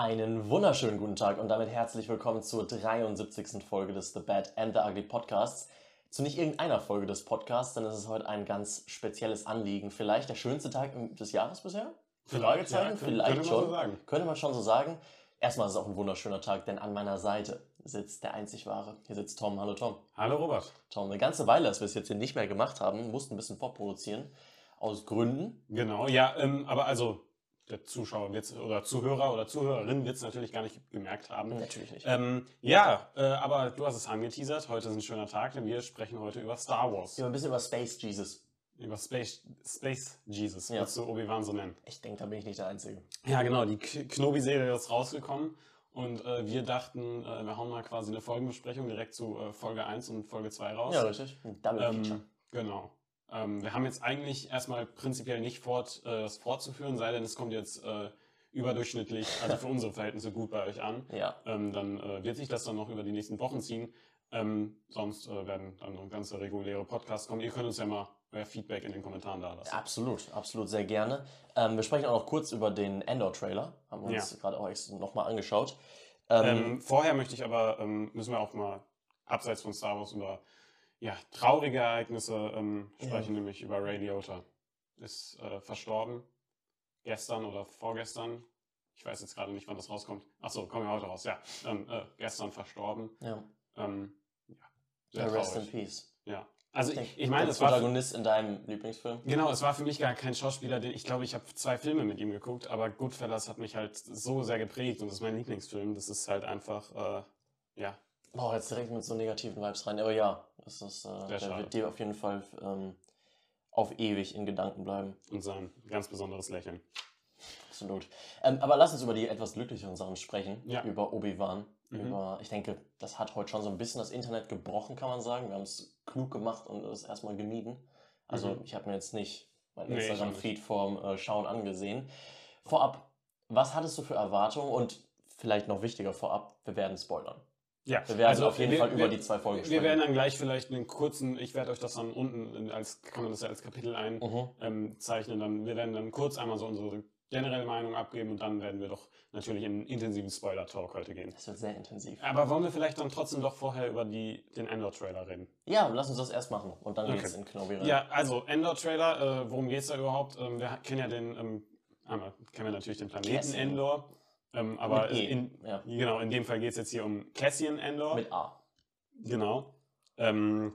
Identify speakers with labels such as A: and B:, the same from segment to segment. A: Einen wunderschönen guten Tag und damit herzlich willkommen zur 73. Folge des The Bad and the Ugly Podcasts. Zu nicht irgendeiner Folge des Podcasts, denn es ist heute ein ganz spezielles Anliegen. Vielleicht der schönste Tag des Jahres bisher? Fragezeichen?
B: könnte-
A: Vielleicht
B: könnte man
A: schon.
B: so sagen.
A: Könnte man schon so sagen. Erstmal ist es auch ein wunderschöner Tag, denn an meiner Seite sitzt der einzig wahre. Hier sitzt Tom. Hallo Tom.
B: Hallo Robert.
A: Tom, eine ganze Weile, dass wir es jetzt hier nicht mehr gemacht haben, mussten ein bisschen vorproduzieren. Aus Gründen.
B: Genau, ja, ähm, aber also der Zuschauer wird's, oder Zuhörer oder Zuhörerin wird es natürlich gar nicht gemerkt haben.
A: Hm. Natürlich nicht.
B: Ähm, ja, äh, aber du hast es angeteasert. Heute ist ein schöner Tag, denn wir sprechen heute über Star Wars.
A: Ja, ein bisschen über Space Jesus.
B: Über Space, Space Jesus,
A: Ja.
B: würdest du Obi-Wan so nennen.
A: Ich denke, da bin ich nicht der Einzige.
B: Ja, genau, die K- Knobi-Serie ist rausgekommen. Und äh, wir dachten, äh, wir hauen mal quasi eine Folgenbesprechung direkt zu äh, Folge 1 und Folge 2 raus.
A: Ja, richtig. Ein Double Feature.
B: Ähm, genau. Ähm, wir haben jetzt eigentlich erstmal prinzipiell nicht vor, äh, das fortzuführen, sei denn es kommt jetzt äh, überdurchschnittlich, also für unsere Verhältnisse gut bei euch an.
A: Ja,
B: Ähm, dann äh, wird sich das dann noch über die nächsten Wochen ziehen. Ähm, sonst äh, werden dann noch ganze reguläre Podcasts kommen. Ihr könnt uns ja mal euer Feedback in den Kommentaren da lassen.
A: absolut, absolut, sehr gerne. Ähm, wir sprechen auch noch kurz über den Endor-Trailer. Haben wir uns gerade auch extra nochmal angeschaut. Ähm,
B: Ähm, vorher möchte ich aber, ähm, müssen wir auch mal abseits von Star Wars über ja, traurige Ereignisse ähm,
A: Ja.
B: sprechen, nämlich über Ray Liotta. Ist äh, verstorben gestern oder vorgestern. Ich weiß jetzt gerade nicht, wann das rauskommt. Achso, kommen wir heute raus. Ja, ähm, äh, gestern verstorben.
A: ja,
B: Ähm, ja,
A: ja,
B: sehr
A: rest in
B: traurig.
A: peace.
B: Also
A: denk,
B: ich, ich meine,
A: der
B: es war
A: Protagonist in deinem Lieblingsfilm.
B: Genau, es war für mich gar kein Schauspieler, den ich glaube, ich habe zwei Filme mit ihm geguckt, aber Goodfellas hat mich halt so sehr geprägt und das ist mein Lieblingsfilm. Das ist halt einfach, äh, ja,
A: Boah, jetzt direkt mit so negativen Vibes rein. Aber ja, das ist, äh, der
B: schade.
A: wird dir auf jeden Fall ähm, auf ewig in Gedanken bleiben.
B: und sein ganz besonderes Lächeln.
A: Absolut. Ähm, aber lass uns über die etwas glücklicheren Sachen sprechen.
B: Ja.
A: Über Obi-Wan.
B: Mhm.
A: Über, ich denke, das hat heute schon so ein bisschen das Internet gebrochen, kann man sagen. Wir haben es klug gemacht und es erstmal gemieden. Also
B: Mhm.
A: ich habe mir jetzt nicht mein
B: Nee, ich auch
A: Instagram-Feed vorm äh, Schauen angesehen. Vorab, was hattest du für Erwartungen? Und vielleicht noch wichtiger vorab, wir werden spoilern.
B: Ja,
A: Wir werden auf jeden Fall über die zwei Folgen
B: Also, Wir
A: sprechen.
B: werden dann gleich vielleicht einen kurzen, ich werde euch das dann unten in- als, kann man das ja als Kapitel ein,
A: Mhm.
B: ähm, zeichnen. Dann, wir werden dann kurz einmal so unsere generelle Meinung abgeben und dann werden wir doch natürlich in einen intensiven Spoiler-Talk heute gehen.
A: Das wird sehr intensiv.
B: Aber wollen wir vielleicht dann trotzdem doch vorher über die, den Endor-Trailer reden?
A: Ja, lass uns das erst machen. Und dann
B: Okay.
A: geht's in Knobi rein.
B: Ja, also Endor-Trailer, äh, worum geht's da überhaupt? Ähm, wir kennen ja den, ähm, einmal kennen wir natürlich den Planeten
A: Cassian.
B: Endor, ähm, aber
A: Mit E,
B: in,
A: ja.
B: genau, in dem Fall geht's jetzt hier um Cassian Endor.
A: Mit A.
B: Genau. Ähm,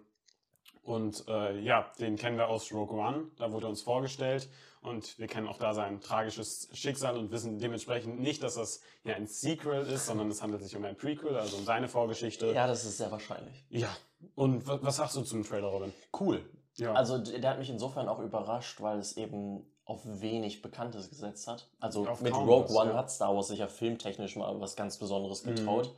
B: und äh, ja, den kennen wir aus Rogue One, da wurde er uns vorgestellt und wir kennen auch da sein tragisches Schicksal und wissen dementsprechend nicht, dass das ja ein Sequel ist, sondern es handelt sich um ein Prequel, also um seine Vorgeschichte.
A: Ja, das ist sehr wahrscheinlich.
B: ja. Und wa- was sagst du zum Trailer, Robin?
A: Cool.
B: Ja.
A: Also d- der hat mich insofern auch überrascht, weil es eben auf wenig Bekanntes gesetzt hat. Also
B: Auf
A: mit
B: kaum
A: Rogue
B: was,
A: One
B: ja. Mhm.
A: hat Star Wars sicher filmtechnisch mal was ganz Besonderes getraut.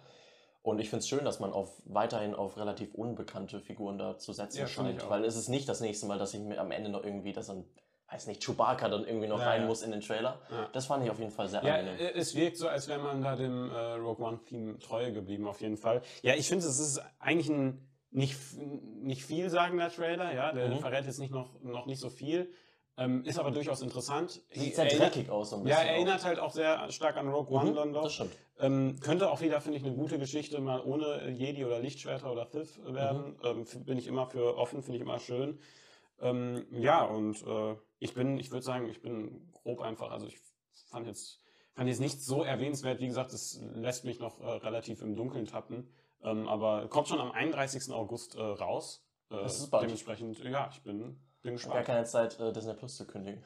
A: Und ich finde es schön, dass man auf, weiterhin auf relativ unbekannte Figuren da zu setzen
B: Ja, finde ich
A: scheint.
B: auch.
A: Weil es ist nicht das nächste Mal, dass ich mir am Ende noch irgendwie, dass dann, weiß nicht, Chewbacca dann irgendwie noch
B: Ja,
A: rein
B: ja.
A: muss in den Trailer.
B: Ja.
A: Das fand ich auf jeden Fall sehr
B: Ja,
A: angenehm.
B: äh, es wirkt so, als wäre man da dem äh, Rogue One-Theme treu geblieben, auf jeden Fall. Ja, ich finde, es ist eigentlich ein nicht, f- nicht vielsagender Trailer, ja, der
A: Mhm.
B: verrät jetzt nicht noch, noch nicht so viel, ähm, ist aber durchaus interessant.
A: Sieht sehr
B: Erinnert-
A: dreckig aus so ein
B: Ja,
A: bisschen.
B: erinnert halt auch sehr stark an Rogue
A: auch.
B: One
A: Mhm,
B: dann
A: Das
B: doch.
A: stimmt.
B: Ähm, könnte auch wieder, finde ich, eine gute Geschichte mal ohne Jedi oder Lichtschwerter oder Thief werden. Ähm, f- bin ich immer für offen, finde ich immer schön. Ähm, ja, und äh, ich bin, ich würde sagen, ich bin grob einfach, also ich fand jetzt, fand jetzt nicht so erwähnenswert. Wie gesagt, es lässt mich noch äh, relativ im Dunkeln tappen. Ähm, aber kommt schon am 31. August äh, raus. Äh,
A: Das ist bald.
B: Dementsprechend, ja, ich bin, bin
A: Ich hab gar
B: gespannt.
A: keine Zeit, äh, Disney Plus zu kündigen.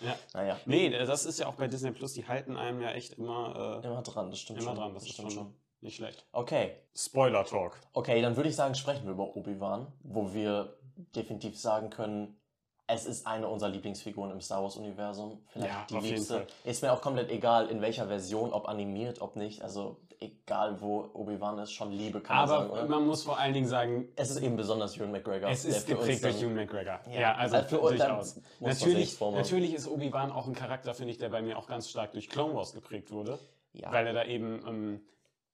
B: Ja.
A: Naja,
B: Nee, das ist ja auch bei Disney Plus, die halten einem ja echt immer äh,
A: immer dran, das stimmt
B: immer
A: schon.
B: dran. Das ist
A: stimmt
B: schon nicht schlecht.
A: Okay,
B: Spoiler Talk.
A: Okay, dann würde ich sagen, sprechen wir über Obi-Wan, wo wir definitiv sagen können, es ist eine unserer Lieblingsfiguren im Star Wars-Universum. Vielleicht
B: Ja,
A: die
B: auf jeden
A: liebste.
B: Fall.
A: Ist mir auch komplett egal, in welcher Version, ob animiert, ob nicht. Also egal, wo Obi-Wan ist, schon Liebe kann
B: Aber
A: man sagen. Oder?
B: man muss vor allen Dingen sagen,
A: Es ist eben besonders Ewan McGregor.
B: es ist
A: der für uns
B: geprägt
A: dann-
B: durch Hugh McGregor.
A: Ja,
B: Ja, also,
A: also für uns- dann muss
B: durchaus.
A: man sich nichts
B: Natürlich,
A: vormachen.
B: natürlich ist Obi-Wan auch ein Charakter, finde ich, der bei mir auch ganz stark durch Clone Wars geprägt wurde,
A: Ja.
B: weil er da eben ähm,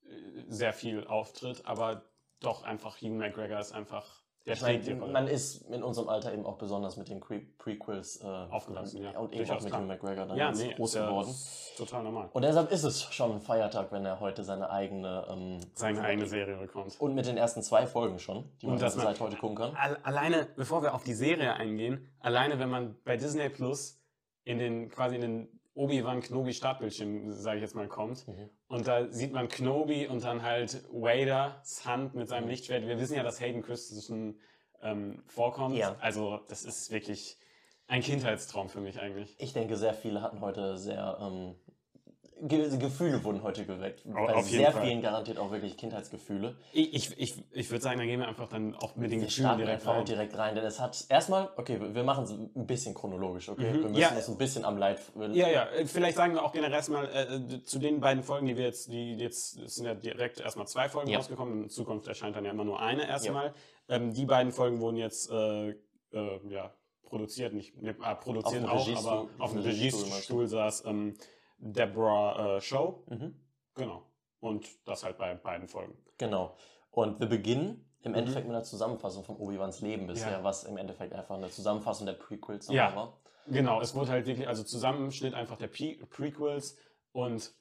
B: äh, sehr viel auftritt, aber doch einfach Hugh McGregor ist einfach Der
A: ich meine,
B: schlägt dir voll.
A: man ist in unserem Alter eben auch besonders mit den Cre- Prequels äh,
B: Aufgewachsen, ja.
A: und eben
B: Durchaus
A: auch mit
B: klar.
A: dem McGregor dann
B: ja,
A: ganz
B: nee,
A: groß
B: ist ja
A: geworden.
B: Total normal.
A: Und deshalb ist es schon ein Feiertag, wenn er heute seine eigene ähm,
B: Seine eigene Serie bekommt.
A: und mit den ersten zwei Folgen schon, die man
B: Und dass
A: also
B: man-
A: seit heute gucken kann.
B: Al- alleine, bevor wir auf die Serie eingehen, alleine wenn man bei Disney Plus in den quasi in den Obi-Wan Knobi Startbildschirm, sage ich jetzt mal, kommt
A: Mhm.
B: und da sieht man Knobi und dann halt Waders Hand mit seinem
A: Mhm.
B: Lichtschwert. Wir wissen ja, dass Hayden Christensen ähm, vorkommt.
A: Ja.
B: Also das ist wirklich ein Kindheitstraum für mich eigentlich.
A: Ich denke, sehr viele hatten heute sehr ähm, Ge also Gefühle wurden heute geweckt. Bei
B: auf jeden
A: sehr
B: Fall.
A: vielen garantiert auch wirklich Kindheitsgefühle.
B: Ich, ich, ich, ich würde sagen, dann gehen wir einfach dann auch mit den
A: Wir
B: Gefühlen
A: starten
B: direkt
A: einfach
B: rein.
A: direkt rein, denn es hat erstmal, okay, wir- wir machen es ein bisschen chronologisch, okay?
B: Mhm.
A: Wir müssen
B: Ja.
A: es ein bisschen am Leid.
B: Ja, ja, äh, vielleicht sagen wir auch generell erstmal äh, d- zu den beiden Folgen, die wir jetzt, die jetzt es sind ja direkt erstmal zwei Folgen
A: Ja.
B: rausgekommen. In Zukunft erscheint dann ja immer nur eine erstmal. Ähm, die beiden Folgen wurden jetzt äh, äh, ja, produziert, nicht ne, ah, produziert
A: dem
B: auch,
A: Regiestuhl-
B: aber auf dem
A: Regiestuhl meinst du?
B: Regiestuhl saß ähm, Deborah äh, Show.
A: Mhm.
B: Genau. Und das halt bei beiden Folgen.
A: Genau. Und wir beginnen im
B: Mhm.
A: Endeffekt mit einer Zusammenfassung von Obi-Wans Leben bisher,
B: Ja.
A: was im Endeffekt einfach eine Zusammenfassung der Prequels nochmal
B: Ja.
A: war.
B: Genau, es wurde halt wirklich, also Zusammenschnitt einfach der Pe Prequels und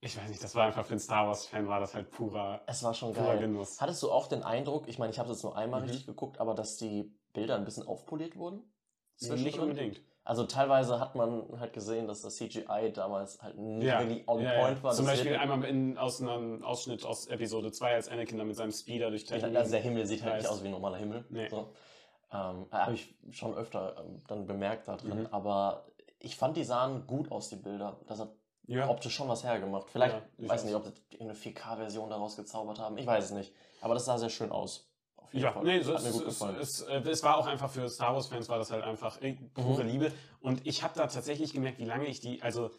B: ich weiß nicht, das war einfach für einen Star Wars-Fan war das halt purer,
A: Es war schon
B: purer
A: geil.
B: Genuss.
A: Hattest du auch den Eindruck, ich meine, ich habe es jetzt nur einmal
B: Mhm.
A: richtig geguckt, aber dass die Bilder ein bisschen aufpoliert wurden?
B: Nicht
A: Zwischendrin?
B: unbedingt.
A: Also teilweise hat man halt gesehen, dass das CGI damals halt nicht wirklich on
B: ja,
A: point
B: ja.
A: war.
B: Zum
A: Das
B: Beispiel
A: wird-
B: einmal in, aus einem Ausschnitt aus Episode 2, als Anakin da mit seinem Speeder durch Tatooine...
A: also der Himmel sieht halt nicht
B: Weiß.
A: aus wie ein normaler Himmel.
B: Nee.
A: So. Ähm, habe ich schon öfter ähm, dann bemerkt da drin.
B: Mhm.
A: Aber ich fand, die sahen gut aus, die Bilder. Das hat
B: ja.
A: optisch schon was hergemacht. Vielleicht,
B: Ja,
A: ich
B: ich
A: weiß
B: weiß.
A: nicht, ob sie eine 4K-Version daraus gezaubert haben. Ich weiß es nicht. Aber das sah sehr schön aus. Auf jeden
B: Ja,
A: Fall.
B: nee, so
A: hat
B: es,
A: mir gut
B: es,
A: gefallen.
B: es, äh, es war auch einfach für Star Wars-Fans war das halt einfach äh, pure
A: Mhm.
B: Liebe. Und ich habe da tatsächlich gemerkt, wie lange ich die, also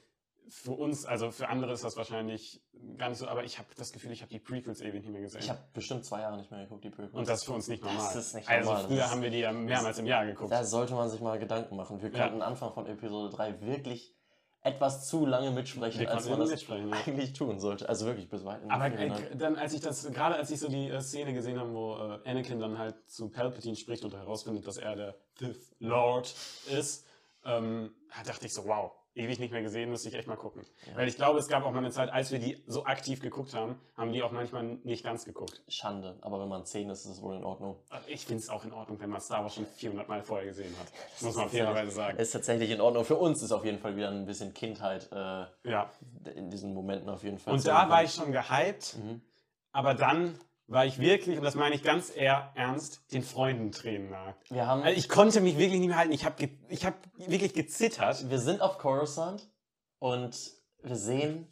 B: für uns, also für andere ist das wahrscheinlich gar nicht so, aber ich habe das Gefühl, ich habe die Prequels ewig nicht mehr gesehen.
A: ich habe bestimmt zwei Jahre nicht mehr geguckt, die Prequels.
B: Und das ist für uns nicht
A: Das
B: normal.
A: ist nicht
B: also
A: normal, das
B: früher
A: ist-
B: haben wir die ja mehrmals im Jahr geguckt.
A: Da sollte man sich mal Gedanken machen. Wir
B: Ja.
A: konnten Anfang von Episode 3 wirklich etwas zu lange mitsprechen,
B: Wir
A: als
B: konnten
A: man also das
B: mitsprechen, ja.
A: eigentlich tun sollte. Also wirklich bis weit in den
B: Aber
A: Nachhinein.
B: äh, dann, als ich das, gerade als ich so die äh, Szene gesehen habe, wo äh, Anakin dann halt zu Palpatine spricht und herausfindet, dass er der Fifth Lord ist, ähm, da dachte ich so, wow, ewig nicht mehr gesehen, müsste ich echt mal gucken.
A: Ja.
B: Weil ich glaube, es gab auch mal eine Zeit, als wir die so aktiv geguckt haben, haben die auch manchmal nicht ganz geguckt.
A: Schande. Aber wenn man 10 ist, ist es wohl in Ordnung.
B: Aber Ich finde es auch in Ordnung, wenn man Star Wars schon 400 Mal vorher gesehen hat.
A: Das
B: Muss man
A: ist tatsächlich-
B: fairerweise sagen.
A: Ist tatsächlich in Ordnung. Für uns ist auf jeden Fall wieder ein bisschen Kindheit äh,
B: Ja.
A: in diesen Momenten auf jeden Fall.
B: Und
A: zu
B: da war
A: erleben.
B: ich schon gehypt,
A: Mhm.
B: aber dann war ich wirklich, und das meine ich ganz eher ernst, den Freunden Tränen nahe.
A: Wir haben.
B: Also ich konnte mich wirklich nicht mehr halten. Ich habe ge ich hab wirklich gezittert.
A: Wir sind auf Coruscant und wir sehen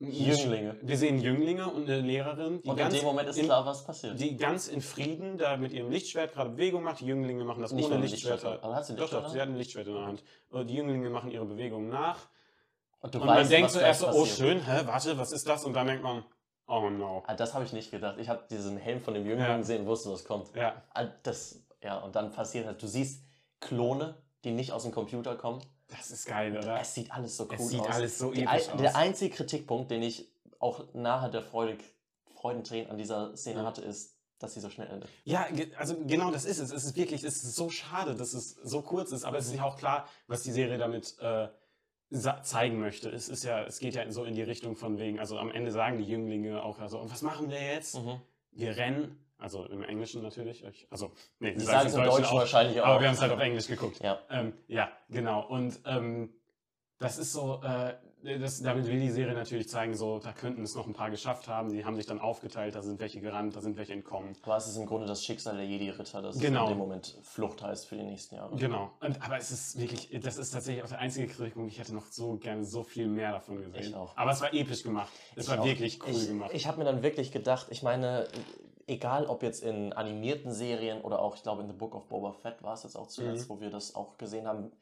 A: Jünglinge.
B: Wir sehen Jünglinge und eine Lehrerin, die,
A: und in
B: ganz,
A: dem Moment ist
B: in-
A: klar, was passiert.
B: die ganz in Frieden da mit ihrem Lichtschwert gerade Bewegung macht. Die Jünglinge machen das ohne
A: mit dem
B: Lichtschwerter.
A: Aber hast du
B: Doch, doch, sie
A: Lichtschwerter?
B: hat ein Lichtschwert in der Hand. Und die Jünglinge machen ihre Bewegungen nach.
A: Und du
B: und man
A: weißt,
B: denkt
A: was
B: so
A: gleich
B: erst so, oh
A: passiert.
B: schön, hä, warte, was ist das? Und dann denkt man, oh no.
A: Ah, das habe ich nicht gedacht. Ich habe diesen Helm von dem Jüngling
B: Ja.
A: gesehen und wusste, was kommt.
B: Ja,
A: Ah, Das, ja, und dann passiert halt, du siehst Klone, die nicht aus dem Computer kommen.
B: das ist geil, oder?
A: Es sieht alles so cool
B: Es sieht
A: aus.
B: alles so
A: Die
B: episch
A: ein-
B: aus.
A: Der einzige Kritikpunkt, den ich auch nahe der Freude, Freudentränen an dieser Szene
B: Ja.
A: hatte, ist, dass sie so schnell endet.
B: Ja, ge- also genau das ist es. Es ist wirklich, es ist so schade, dass es so kurz ist, aber es ist ja auch klar, was die Serie damit äh, sa- zeigen möchte. Es ist ja, es geht ja so in die Richtung von wegen, also am Ende sagen die Jünglinge auch, also, "Und was machen wir jetzt?
A: Mhm.
B: Wir rennen, also im Englischen natürlich, Ich- also, nee,
A: Die sagen es im Deutschen
B: auch,
A: wahrscheinlich auch.
B: aber wir haben es halt auf Englisch geguckt.
A: Ja.
B: Ähm, ja, genau. Und ähm, das ist so, äh, das, damit will die Serie natürlich zeigen, so, da könnten es noch ein paar geschafft haben, die haben sich dann aufgeteilt, da sind welche gerannt, da sind welche entkommen.
A: Aber es ist im Grunde das Schicksal der Jedi-Ritter, dass
B: Genau.
A: es in dem Moment Flucht heißt für die nächsten Jahre.
B: Genau. Und, aber es ist wirklich, das ist tatsächlich auch der einzige Kritikpunkt. Ich hätte noch so gerne so viel mehr davon gesehen.
A: Ich auch.
B: Aber es war episch gemacht. Es
A: Ich
B: war
A: auch.
B: wirklich cool
A: Genau. ich,
B: gemacht.
A: Ich habe mir dann wirklich gedacht, ich meine, egal ob jetzt in animierten Serien oder auch, ich glaube, in The Book of Boba Fett war es jetzt auch zuletzt,
B: Mhm.
A: wo wir das auch gesehen haben,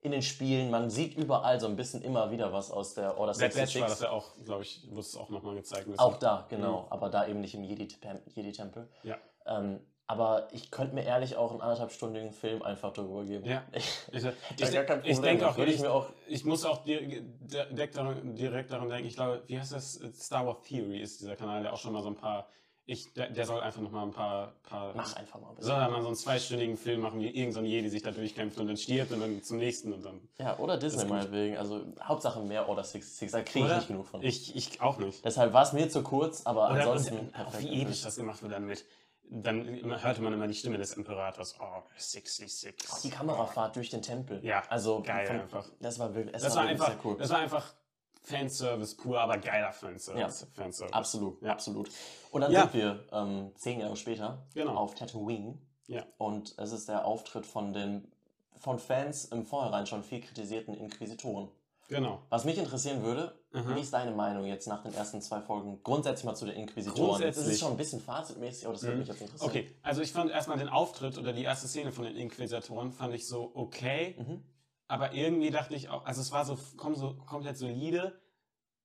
A: in den Spielen, man sieht überall so ein bisschen immer wieder was aus der Order
B: Bad Batch
A: 66.
B: war das ja auch, glaube ich, wurde es auch nochmal gezeigt. ein bisschen.
A: Auch da, genau. Aber da eben nicht im Jedi-Tem- Jedi-Tempel.
B: Ja.
A: Ähm, aber ich könnte mir ehrlich auch einen anderthalbstündigen Film einfach darüber geben.
B: Ja.
A: Ich,
B: Ich,
A: ich,
B: ich,
A: kein
B: ich
A: Problem.
B: denke auch,
A: würde ich
B: ich,
A: mir auch.
B: ich muss auch dir- direkt daran, direkt daran denken, ich glaube, wie heißt das? Star Wars Theory ist dieser Kanal, der auch schon mal so ein paar Ich, der, der soll einfach noch mal ein paar, paar
A: Mach einfach mal ein bisschen.
B: soll er mal so einen zweistündigen Film machen, wie irgendein Jedi sich da durchkämpft und dann stirbt und dann zum nächsten und dann.
A: Ja, oder Disney
B: gut.
A: meinetwegen. Also Hauptsache mehr Order 66. Da kriege ich
B: Oder?
A: nicht genug von.
B: Ich, ich auch nicht.
A: Deshalb war es mir zu kurz, aber
B: Oder
A: ansonsten.
B: und, auch
A: perfekt Also,
B: wie ewig
A: erfüllt.
B: das gemacht wurde dann mit. Dann immer- hörte man immer die Stimme des Imperators. Oh, 66.
A: Auch die Kamerafahrt durch den Tempel.
B: Ja,
A: Also
B: geil
A: von-
B: einfach.
A: Das war wirklich, es
B: Das war,
A: wirklich
B: einfach,
A: sehr cool.
B: das war einfach Fanservice pur, aber geiler Fanservice. Fanservice.
A: absolut,
B: Ja.
A: absolut. Und dann
B: Ja.
A: sind wir ähm, zehn Jahre später
B: Genau.
A: auf Tatooine.
B: Ja.
A: Und es ist der Auftritt von den von Fans im Vorhinein schon viel kritisierten Inquisitoren.
B: Genau. Mhm.
A: Was mich interessieren würde,
B: Aha.
A: wie ist deine Meinung jetzt nach den ersten zwei Folgen grundsätzlich mal zu den Inquisitoren? Das ist
B: Grundsätzlich.
A: schon ein bisschen fazitmäßig, aber das würde
B: Mhm.
A: mich jetzt interessieren.
B: Okay, also ich fand erstmal den Auftritt oder die erste Szene von den Inquisitoren fand ich so okay,
A: Mhm.
B: aber irgendwie dachte ich auch, also es war so, komm, so komplett solide,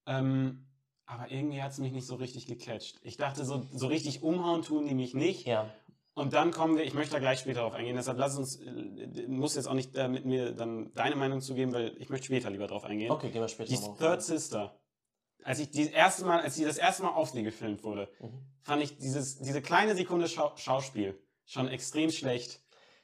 B: ähm, aber irgendwie hat es mich nicht so richtig gecatcht. Ich dachte, so, so richtig umhauen tun die mich nicht.
A: Ja,
B: Und dann kommen wir, ich möchte da gleich später drauf eingehen, deshalb lass uns, äh, muss jetzt auch nicht äh, mit mir dann deine Meinung zugeben, weil ich möchte später lieber drauf eingehen.
A: okay, gehen wir später
B: Die
A: noch
B: Third Sister. Als ich die erste Mal, als sie das erste Mal auf sie gefilmt wurde,
A: Mhm.
B: fand ich dieses, diese kleine Sekunde Schau Schauspiel schon extrem schlecht.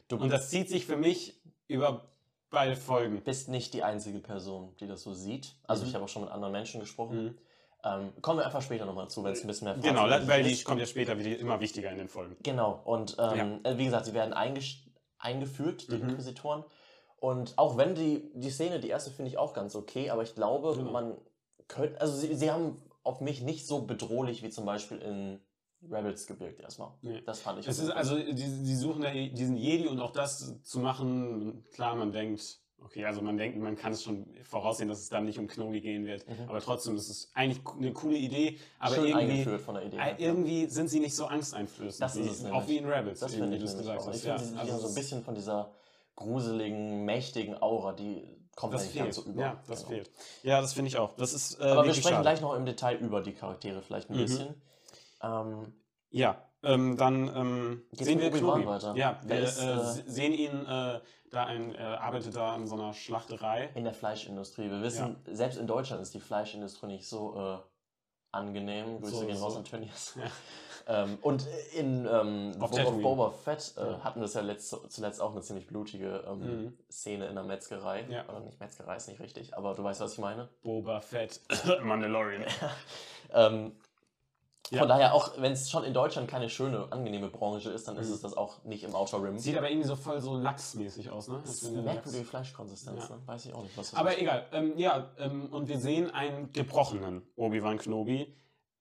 A: Du
B: Und das zieht sich für mich über beide Folgen.
A: bist nicht die einzige Person, die das so sieht. Also
B: Mhm.
A: ich habe auch schon mit anderen Menschen gesprochen.
B: Mhm.
A: Ähm, kommen wir einfach später nochmal zu, wenn es ein bisschen mehr
B: Genau,
A: fazitmäßig
B: weil
A: ist.
B: die kommt ja später wie die- immer wichtiger in den Folgen.
A: Genau, und ähm, äh, wie gesagt, sie werden eingesch- eingeführt, die
B: Mhm.
A: Inquisitoren. Und auch wenn die, die Szene, die erste finde ich auch ganz okay, aber ich glaube,
B: Genau.
A: man könnte, also sie, sie haben auf mich nicht so bedrohlich wie zum Beispiel in Rebels gewirkt erstmal.
B: Nee.
A: Das fand ich.
B: Es ist also, die, die suchen da diesen Jedi und auch das zu machen, klar, man denkt, okay, also man denkt, man kann es schon voraussehen, dass es dann nicht um Knobi gehen wird.
A: Mhm.
B: Aber trotzdem ist es eigentlich eine coole Idee, aber
A: schön
B: irgendwie,
A: eingeführt von der Idee.
B: Äh,
A: her.
B: Irgendwie sind sie nicht so angsteinflößend.
A: Das ist
B: wie-
A: es
B: Auch
A: nämlich.
B: wie in Rabbits,
A: das
B: eben,
A: finde
B: wie
A: ich
B: du es
A: nämlich
B: gesagt
A: auch.
B: hast.
A: Ich finde,
B: Ja,
A: sie, sie
B: also
A: haben so ein
B: es-
A: bisschen von dieser gruseligen, mächtigen Aura, die kommt
B: Das
A: mir nicht ganz so
B: fehlt.
A: über.
B: Ja, das
A: Genau.
B: fehlt. Ja, das finde ich auch. Das ist. Äh,
A: Aber wir
B: wirklich
A: sprechen
B: schade.
A: gleich noch im Detail über die Charaktere vielleicht ein
B: Mhm.
A: bisschen. Ähm,
B: Ja, ähm, dann ähm,
A: Geht's
B: sehen wir
A: mit Obi-Wan
B: Knobi.
A: weiter?
B: Ja,
A: Der
B: wir
A: ist,
B: äh,
A: äh,
B: se- sehen ihn, äh, da ein, äh, arbeitet da in so einer Schlachterei.
A: in der Fleischindustrie. Wir wissen, selbst in Deutschland ist die Fleischindustrie nicht so äh, angenehm. Grüße
B: So,
A: gehen raus
B: so.
A: an Tönnies.
B: Ja.
A: ähm, und in ähm,
B: Auf
A: Boba,
B: Tatooine.
A: Boba Fett äh,
B: Ja.
A: hatten wir es ja letzt, zuletzt auch eine ziemlich blutige ähm,
B: Mhm.
A: Szene in der Metzgerei.
B: Ja.
A: Oder nicht Metzgerei, ist nicht richtig, aber du weißt, was ich meine.
B: Boba Fett, Mandalorian.
A: Ähm,
B: Ja.
A: Von daher, auch wenn es schon in Deutschland keine schöne, angenehme Branche ist, dann ist
B: Mhm.
A: es das auch nicht im Outer Rim.
B: Sieht aber irgendwie so voll so lachsmäßig aus, ne?
A: das ist
B: Als wenn
A: eine
B: der Lachs-
A: merkwürdige Fleischkonsistenz,
B: Ja.
A: ne? weiß ich auch nicht, was das
B: Aber
A: ist.
B: egal, ähm, ja, ähm, und wir sehen einen gebrochenen Obi-Wan Knobi.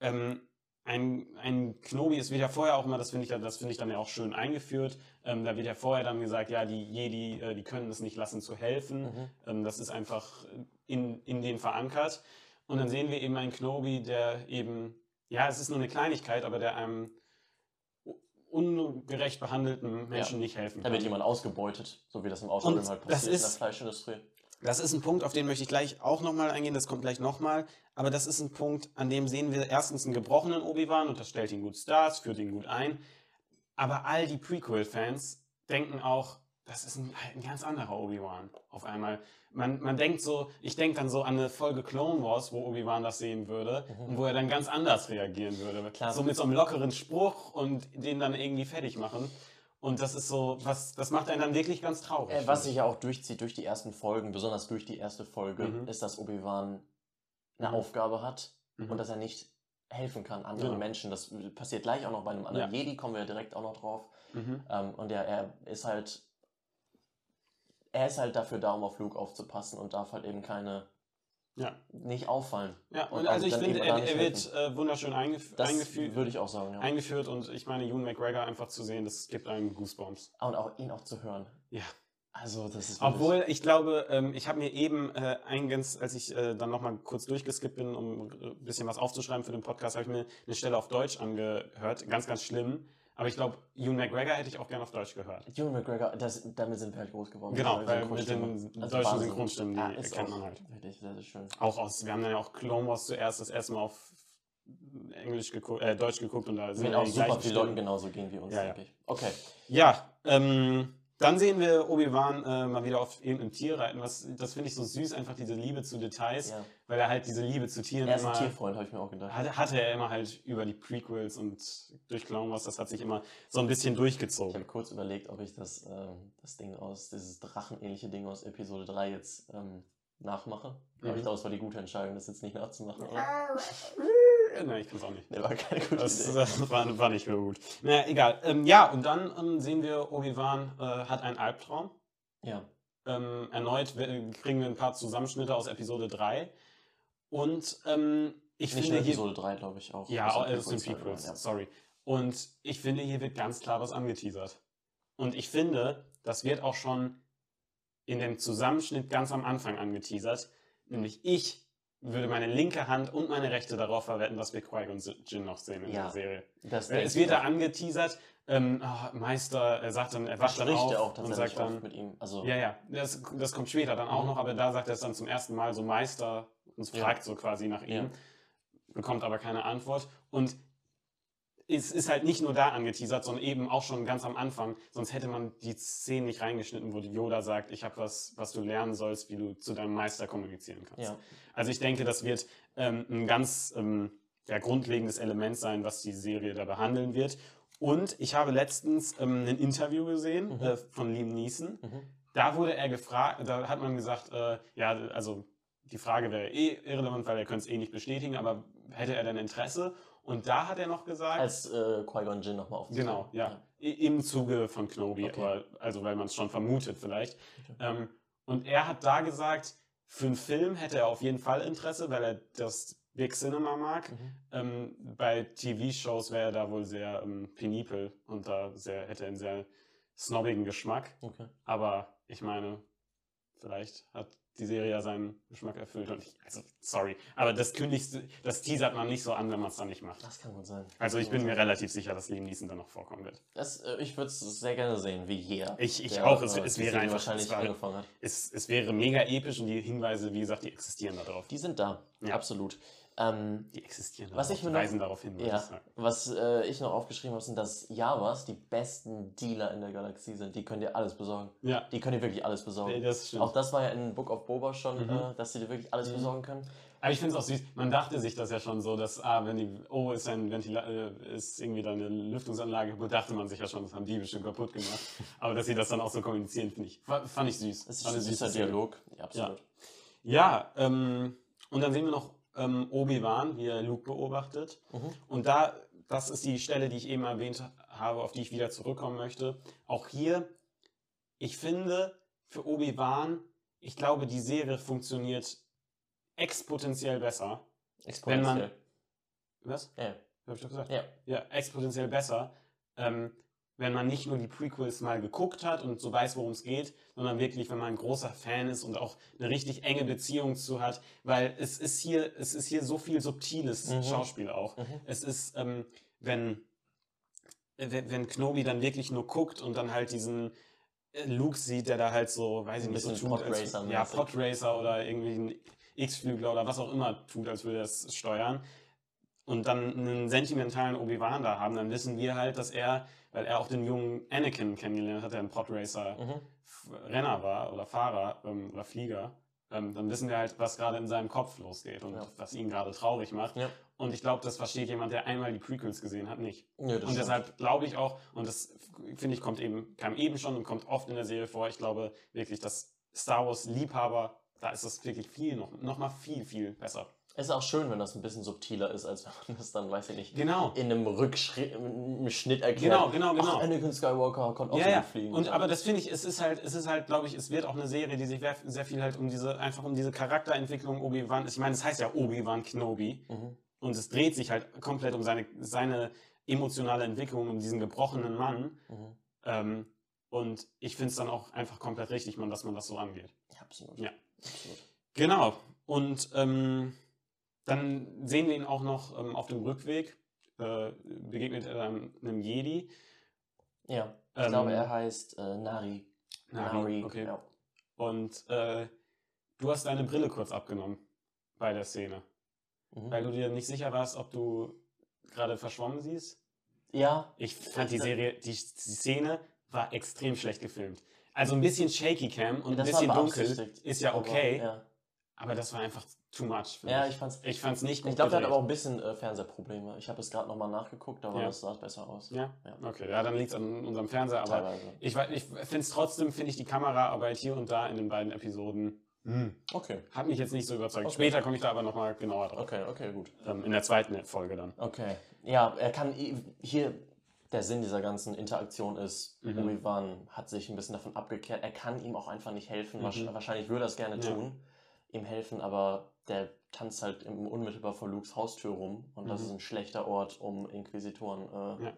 B: Ähm, ein, ein Knobi, es wird ja vorher auch immer, das finde ich, ja- das finde ich dann ja auch schön eingeführt, ähm, da wird ja vorher dann gesagt, ja, die Jedi, äh, die können es nicht lassen zu helfen.
A: Mhm.
B: Ähm, das ist einfach in, in den verankert. Und dann sehen wir eben einen Knobi, der eben, ja, es ist nur eine Kleinigkeit, aber der einem ungerecht behandelten Menschen nicht helfen
A: Da
B: kann.
A: wird jemand ausgebeutet, so wie das im Outer
B: Und
A: Rim halt
B: das
A: passiert in der
B: ist-
A: Fleischindustrie.
B: Das ist ein Punkt, auf den möchte ich gleich auch nochmal eingehen, das kommt gleich nochmal. Aber das ist ein Punkt, an dem sehen wir erstens einen gebrochenen Obi-Wan und das stellt ihn gut Stars, führt ihn gut ein. Aber all die Prequel-Fans denken auch, das ist ein, ein ganz anderer Obi-Wan auf einmal. Man, man denkt so, ich denke dann so an eine Folge Clone Wars, wo Obi-Wan das sehen würde und wo er dann ganz anders reagieren würde.
A: Klar.
B: So mit so einem lockeren Spruch und den dann irgendwie fertig machen. Und das ist so, was, das macht einen dann wirklich ganz traurig.
A: Äh, was
B: finde
A: sich ja auch durchzieht durch die ersten Folgen, besonders durch die erste Folge,
B: Mhm.
A: ist, dass Obi-Wan eine
B: Mhm.
A: Aufgabe hat
B: Mhm.
A: und dass er nicht helfen kann anderen
B: Ja.
A: Menschen. Das passiert gleich auch noch bei einem anderen
B: Ja.
A: Jedi, kommen wir ja direkt auch noch drauf.
B: Mhm.
A: Ähm, und ja, er ist halt. Er ist halt dafür da, um auf Luke aufzupassen und darf halt eben keine.
B: Ja.
A: nicht auffallen.
B: Ja, und,
A: Und auch
B: also ich
A: dann
B: finde,
A: eben
B: er,
A: da nicht
B: er wird äh, wunderschön eingef
A: Das
B: eingeführt,
A: würde ich auch sagen, ja.
B: eingeführt und ich meine, Ewan McGregor einfach zu sehen, das gibt einem Goosebumps.
A: Und auch ihn auch zu hören.
B: Ja.
A: Also, das ist. wirklich-
B: Obwohl, ich glaube, ähm, ich habe mir eben äh, eingangs, als ich äh, dann nochmal kurz durchgeskippt bin, um äh, ein bisschen was aufzuschreiben für den Podcast, habe ich mir eine Stelle auf Deutsch angehört. Ganz, ganz schlimm. Aber ich glaube, Ewan McGregor hätte ich auch gerne auf Deutsch gehört.
A: Ewan McGregor, das, damit sind wir halt groß geworden.
B: Genau,
A: Mit
B: weil
A: der
B: mit
A: Synchronstimme.
B: den
A: Also
B: deutschen
A: Wahnsinn.
B: Synchronstimmen, die
A: Ja, ist
B: kennt
A: auch
B: man halt.
A: Wirklich, sehr, sehr schön.
B: Auch aus, wir haben dann ja auch Clone Wars zuerst das erste Mal auf Englisch geguckt, äh, Deutsch geguckt und da
A: Wird
B: ja
A: auch
B: die
A: super
B: gleichen
A: viele
B: Stimmen.
A: Leuten genauso gehen wie uns,
B: Ja, ja.
A: denke ich. Okay,
B: Ja, ähm, Dann sehen wir Obi-Wan äh, mal wieder auf irgendeinem Tier reiten. Was, das finde ich so süß, einfach diese Liebe zu Details,
A: Ja.
B: weil er halt diese Liebe zu Tieren
A: Er ist ein
B: immer
A: Tierfreund, habe ich mir auch gedacht.
B: hatte, hatte er immer halt über die Prequels und durch Clown Wars. Das hat sich immer so ein bisschen
A: Ich habe
B: durchgezogen.
A: kurz überlegt, ob ich das, ähm, das Ding aus, dieses drachenähnliche Ding aus Episode 3 jetzt ähm, nachmache. Aber
B: Mhm.
A: ich glaube, es war die gute Entscheidung, das jetzt nicht nachzumachen. oder?
B: Nein, ich kann es auch nicht.
A: Nee, war keine gute
B: Das,
A: Idee.
B: das war, war nicht mehr gut. Naja, egal. Ähm, ja, und dann ähm, sehen wir, Obi-Wan äh, hat einen Albtraum.
A: Ja.
B: Ähm, erneut we- kriegen wir ein paar Zusammenschnitte aus Episode 3. Und ähm, ich
A: Nicht nur
B: finde hier.
A: Episode 3, glaube ich, auch.
B: ja, aus den
A: Prequels,
B: Prequels,
A: ja.
B: sorry. Und ich finde, hier wird ganz klar was angeteasert. Und ich finde, das wird auch schon in dem Zusammenschnitt ganz am Anfang angeteasert. Nämlich ich würde meine linke Hand und meine rechte darauf verwenden, dass wir Qui-Gon Jinn noch sehen in
A: Ja.
B: der Serie.
A: Das
B: Äh, Es
A: denke
B: wird
A: ich
B: da
A: auch.
B: angeteasert. Ähm, ah, Meister, er sagt dann, er
A: Er
B: wacht dann
A: spricht
B: auf
A: ja auch
B: und
A: tatsächlich
B: sagt
A: oft
B: dann,
A: mit ihm. Also,
B: ja, ja, das, das kommt später dann auch noch, aber da sagt er es dann zum ersten Mal so Meister und
A: Mhm. Ja.
B: fragt so quasi nach ihm,
A: Ja.
B: bekommt aber keine Antwort und es ist halt nicht nur da angeteasert, sondern eben auch schon ganz am Anfang, sonst hätte man die Szene nicht reingeschnitten, wo Yoda sagt, ich habe was, was du lernen sollst, wie du zu deinem Meister kommunizieren kannst.
A: ja.
B: Also ich denke, das wird ähm, ein ganz ähm, ja, grundlegendes Element sein, was die Serie da behandeln wird. Und ich habe letztens ähm, ein Interview gesehen
A: Mhm.
B: äh, von Liam Neeson.
A: Mhm.
B: Da wurde er gefragt, da hat man gesagt, äh, ja, also die Frage wäre eh irrelevant, weil er könnte es eh nicht bestätigen, aber hätte er denn Interesse? Und da hat er noch gesagt,
A: Als äh, Qui-Gon Jinn nochmal auf
B: Genau, ja. I- Im Zuge von Knobi,
A: Okay.
B: aber, also weil man es schon vermutet vielleicht.
A: Okay.
B: Ähm, und er hat da gesagt, für einen Film hätte er auf jeden Fall Interesse, weil er das Big Cinema mag.
A: Mhm.
B: Ähm, bei TV-Shows wäre er da wohl sehr ähm, penibel und da sehr, hätte er einen sehr snobbigen Geschmack.
A: Okay.
B: Aber ich meine, vielleicht hat die Serie ja seinen Geschmack erfüllt. Und ich, also, sorry, aber das kündigst, du- das teasert man nicht so an, wenn man es dann nicht macht.
A: Das kann gut sein.
B: Also ich bin mir
A: mir
B: relativ sicher, dass Liam Neeson dann noch vorkommen wird.
A: Das, äh, ich würde es sehr gerne sehen, wie jeder.
B: Ich, ich
A: der,
B: auch. Es,
A: äh,
B: es,
A: die
B: wäre
A: Serie
B: einfach, es,
A: wahrscheinlich
B: war,
A: angefangen hat.
B: es, es wäre mega episch und die Hinweise, wie gesagt, die existieren da drauf. Die,
A: Die sind da,
B: Ja.
A: absolut. Ähm,
B: existieren
A: Was
B: darauf,
A: ich mir
B: die
A: noch-
B: weisen darauf hin, würde ich
A: ja,
B: sagen.
A: was äh, ich noch aufgeschrieben habe, sind, dass Jawas die besten Dealer in der Galaxie sind. Die können dir alles besorgen.
B: Ja,
A: Die können dir wirklich alles besorgen.
B: nee, das stimmt.
A: Auch das war ja in Book of Boba schon,
B: Mhm.
A: äh, dass sie dir wirklich alles
B: Mhm.
A: besorgen können.
B: Aber ich finde es auch süß. Man dachte sich das ja schon so, dass, ah, wenn die, oh, ist ein Ventila äh, ist irgendwie da eine Lüftungsanlage kaputt, dachte man sich ja schon, das haben die bestimmt kaputt gemacht. Aber dass sie das dann auch so kommunizieren, finde ich, fa- fand ich süß.
A: Das ist
B: War
A: ein
B: eine
A: süßer
B: süße Szene.
A: Dialog. Ja, absolut.
B: Ja, ähm, und dann sehen wir noch ähm, Obi-Wan, wie er Luke beobachtet.
A: Mhm.
B: Und da, das ist die Stelle, die ich eben erwähnt habe, auf die ich wieder zurückkommen möchte. Auch hier, ich finde, für Obi-Wan, ich glaube, die Serie funktioniert exponentiell besser. Wenn man-
A: Exponentiell.
B: Was?
A: Ja.
B: Hab ich doch gesagt?
A: Ja.
B: Ja, exponentiell besser, ähm, wenn man nicht nur die Prequels mal geguckt hat und so weiß, worum es geht, sondern wirklich, wenn man ein großer Fan ist und auch eine richtig enge Beziehung zu hat, weil es ist hier, es ist hier so viel subtiles
A: Mhm.
B: Schauspiel auch.
A: Mhm.
B: Es ist, ähm, wenn, äh, wenn, wenn Knobi dann wirklich nur guckt und dann halt diesen äh, Luke sieht, der da halt so, weiß ich
A: Ein
B: nicht, so
A: bisschen
B: tut, als,
A: Podracer-mäßig.
B: ja, Podracer oder irgendwie ein X-Flügler oder was auch immer tut, als würde er es steuern. Und dann einen sentimentalen Obi-Wan da haben, dann wissen wir halt, dass er, weil er auch den jungen Anakin kennengelernt hat, der ein Podracer
A: Mhm.
B: Renner war oder Fahrer ähm, oder Flieger, ähm, dann wissen wir halt, was gerade in seinem Kopf losgeht und
A: Ja.
B: was ihn gerade traurig macht.
A: Ja.
B: Und ich glaube, das versteht jemand, der einmal die Prequels gesehen hat, nicht.
A: Nö, das
B: und
A: stimmt.
B: deshalb glaube ich auch, und das finde ich, kommt eben, kam eben schon und kommt oft in der Serie vor, ich glaube wirklich, dass Star Wars-Liebhaber, da ist das wirklich viel noch, noch mal viel, viel besser.
A: Ist auch schön, wenn das ein bisschen subtiler ist, als wenn man das dann, weiß ich nicht,
B: Genau.
A: in einem Rückschnitt erklärt.
B: Genau, genau,
A: Ach,
B: genau.
A: Anakin Skywalker konnte auch
B: ja,
A: so
B: ja.
A: gut fliegen.
B: Und
A: ja.
B: aber das finde ich, es ist halt, es ist halt, glaube ich, es wird auch eine Serie, die sich werf- sehr viel halt um diese, einfach um diese Charakterentwicklung Obi-Wan. Ich meine, es heißt ja Obi-Wan Kenobi.
A: Mhm.
B: Und es dreht sich halt komplett um seine, seine emotionale Entwicklung, um diesen gebrochenen Mann.
A: Mhm.
B: Ähm, und ich finde es dann auch einfach komplett richtig, man, dass man das so angeht.
A: Ja, absolut.
B: Ja.
A: absolut.
B: Genau. Und ähm, dann sehen wir ihn auch noch ähm, auf dem Rückweg. Äh, begegnet er dann einem Jedi.
A: Ja, ich
B: Ähm,
A: glaube, er heißt äh, Nari.
B: Nari. Okay.
A: ja.
B: Und äh, du hast deine Brille kurz abgenommen bei der Szene, weil
A: Mhm.
B: du dir nicht sicher warst, ob du gerade verschwommen siehst.
A: ja,
B: Ich fand die Serie, die Szene war extrem schlecht gefilmt. Also ein bisschen shaky Cam und ein
A: Das war
B: bisschen dunkel
A: beabsichtigt.
B: ist ja okay,
A: Aber, ja.
B: aber das war einfach too much. für
A: ja,
B: mich.
A: ich fand's.
B: ich fand's nicht gut.
A: Ich glaube, der hat
B: gedreht.
A: aber auch ein bisschen äh, Fernsehprobleme. Ich habe es gerade nochmal nachgeguckt, aber
B: Ja.
A: das sah besser aus.
B: Ja,
A: Ja.
B: okay, ja, dann liegt es an unserem Fernseher, aber
A: Teilweise.
B: ich, wei- ich finde es trotzdem, finde ich die Kameraarbeit hier und da in den beiden Episoden, hm,
A: Okay,
B: hat mich jetzt nicht so überzeugt.
A: Okay.
B: Später komme ich da aber nochmal genauer drauf.
A: okay, okay, gut.
B: Ähm, in der zweiten Folge dann.
A: Okay. Ja, er kann i- hier. Der Sinn dieser ganzen Interaktion ist,
B: Mhm.
A: Obi-Wan hat sich ein bisschen davon abgekehrt. Er kann ihm auch einfach nicht helfen. Wahrsch-
B: Mhm.
A: Wahrscheinlich würde er es gerne
B: Ja.
A: tun, ihm helfen, aber der tanzt halt im unmittelbar vor Lukes Haustür rum und das
B: Mhm.
A: ist ein schlechter Ort, um Inquisitoren äh,
B: Ja.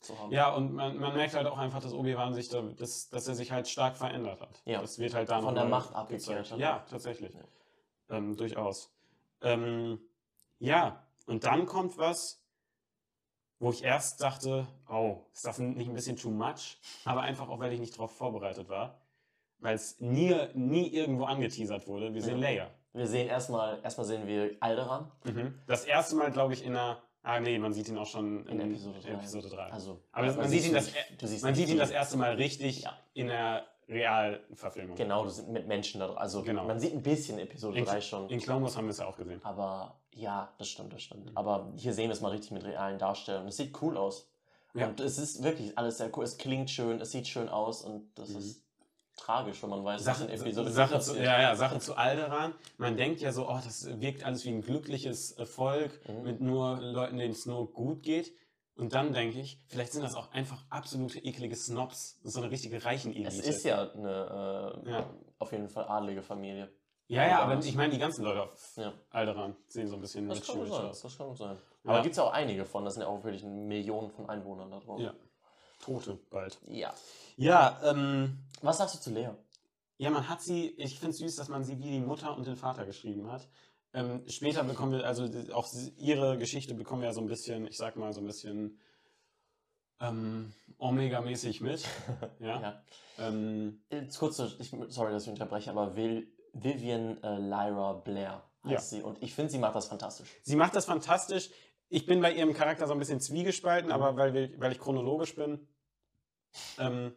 A: zu haben.
B: Ja, und man, man merkt halt auch einfach, dass Obi-Wan sich da, dass, dass er sich halt stark verändert hat.
A: Ja.
B: Das wird halt da
A: Von
B: noch
A: der
B: mal
A: Macht abgekehrt,
B: gezeigt.
A: oder?
B: Ja, tatsächlich. Ähm, durchaus. Ähm, ja, und dann kommt was, wo ich erst dachte, oh, ist das nicht ein bisschen too much? Aber einfach auch, weil ich nicht darauf vorbereitet war. Weil es nie, nie irgendwo angeteasert wurde. Wir sehen
A: Ja.
B: Leia. Mhm.
A: Wir sehen erstmal, erstmal sehen wir Alderan
B: Das erste Mal, glaube ich, in einer. Ah, nee, man sieht ihn auch schon
A: in Episode 3.
B: Episode 3.
A: Also,
B: Aber man sieht ihn das-
A: nicht- du siehst
B: man
A: nicht
B: sieht ihn
A: viel.
B: das erste Mal richtig
A: Ja.
B: in der Realverfilmung.
A: Genau, du sind mit Menschen da drin. Also
B: Genau.
A: man sieht ein bisschen Episode
B: In-
A: 3 schon.
B: In Clone Wars haben wir es ja auch gesehen.
A: Aber ja, das stimmt, das stimmt. Aber hier sehen wir es mal richtig mit realen Darstellungen. Es sieht cool aus.
B: Ja.
A: Und es ist wirklich alles sehr cool. Es klingt schön, es sieht schön aus und das
B: Mhm.
A: ist tragisch, wenn man weiß,
B: Sache,
A: was in Episode
B: Sache,
A: 4
B: zu,
A: passiert.
B: ja, ja, Sache zu Alderan. Man denkt ja so, oh, das wirkt alles wie ein glückliches Volk
A: Mhm.
B: mit nur Leuten, denen es nur gut geht. Und dann denke ich, vielleicht sind das auch einfach absolute eklige Snobs. So eine richtige reichen
A: Es ist ja eine äh,
B: Ja.
A: auf jeden Fall adlige Familie.
B: ja, ja, aber ich meine, die ganzen Leute auf
A: Ja.
B: Alderan sehen so ein bisschen
A: Das kann gut
B: rich-rich
A: sein.
B: aus.
A: Das kann gut sein. Aber
B: Ja.
A: gibt es ja auch einige von, das sind ja auch wirklich Millionen von Einwohnern da drauf.
B: Ja. Tote bald.
A: ja.
B: Ja, ähm,
A: Was sagst du zu Lea?
B: Ja, man hat sie, ich finde es süß, dass man sie wie die Mutter und den Vater geschrieben hat. Ähm, später bekommen wir, also die- auch sie- ihre Geschichte bekommen wir so ein bisschen, ich sag mal, so ein bisschen ähm, Omega-mäßig mit. Ja.
A: Ja.
B: Ähm,
A: Jetzt kurz, zu- ich, sorry, dass ich unterbreche, aber Vil, Vivian äh, Lyra Blair heißt
B: Ja.
A: sie und ich finde, sie macht das fantastisch.
B: sie macht das fantastisch. Ich bin bei ihrem Charakter so ein bisschen zwiegespalten, aber weil, wir, weil ich chronologisch bin, ähm,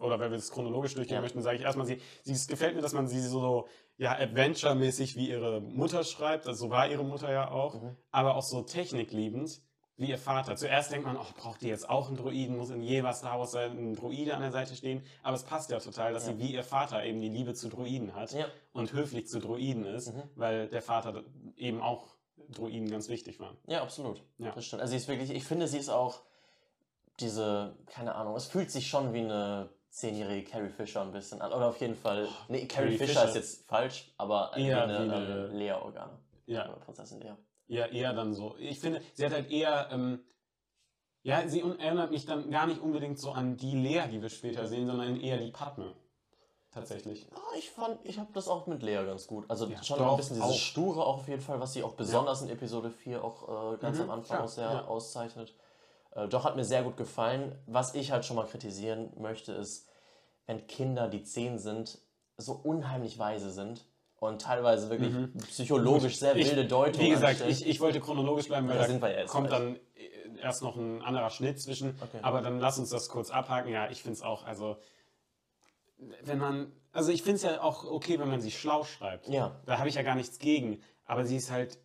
B: oder weil wir das chronologisch durchgehen
A: Ja.
B: möchten, sage ich erstmal, sie, sie, es gefällt mir, dass man sie so, ja, Adventure-mäßig wie ihre Mutter schreibt. Also so war ihre Mutter ja auch.
A: Mhm.
B: aber auch so technikliebend wie ihr Vater. Zuerst denkt man, oh, braucht ihr jetzt auch einen Druiden? Muss in jeder Star Wars ein Druide an der Seite stehen? Aber es passt ja total, dass
A: Ja.
B: sie wie ihr Vater eben die Liebe zu Druiden hat
A: Ja.
B: und höflich zu Druiden ist,
A: Mhm.
B: weil der Vater eben auch Druiden ganz wichtig waren.
A: ja, absolut.
B: Ja.
A: Das stimmt. Also sie ist wirklich, ich finde, sie ist auch diese, keine Ahnung, es fühlt sich schon wie eine zehnjährige Carrie Fisher ein bisschen an. Oder auf jeden Fall, nee, Carrie
B: Oh, Carrie
A: Fisher,
B: Fisher.
A: ist jetzt falsch, aber
B: Eher
A: eine,
B: wie
A: eine
B: eine-
A: Lea Organe.
B: Ja,
A: Oder Prinzessin Lea.
B: eher, eher dann so. Ich finde, sie hat halt eher, ähm, ja, sie un- erinnert mich dann gar nicht unbedingt so an die Lea, die wir später sehen, sondern eher die Padme. Tatsächlich.
A: Ah, ich fand, ich habe das auch mit Lea ganz gut. Also
B: Ja,
A: schon auch ein
B: doch,
A: bisschen dieses
B: auch.
A: Sture auch auf jeden Fall, was sie auch besonders in Episode 4 auch äh, ganz
B: Mhm,
A: am Anfang
B: klar,
A: auch sehr
B: ja.
A: auszeichnet. Äh, doch hat mir sehr gut gefallen. Was ich halt schon mal kritisieren möchte, ist, wenn Kinder, die 10 sind, so unheimlich weise sind und teilweise wirklich
B: Mhm.
A: psychologisch sehr
B: Ich-
A: wilde Deutungen
B: Wie gesagt,
A: anstellen.
B: ich, ich wollte chronologisch bleiben, weil
A: Da
B: da
A: sind wir ja jetzt
B: kommt
A: gleich.
B: dann äh, erst noch ein anderer Schnitt zwischen.
A: Okay.
B: Aber dann lass uns das kurz abhaken. Ja, ich finde es auch, also wenn man, also ich finde es ja auch okay, wenn man sie schlau schreibt.
A: ja.
B: Da habe ich ja gar nichts gegen. Aber sie ist halt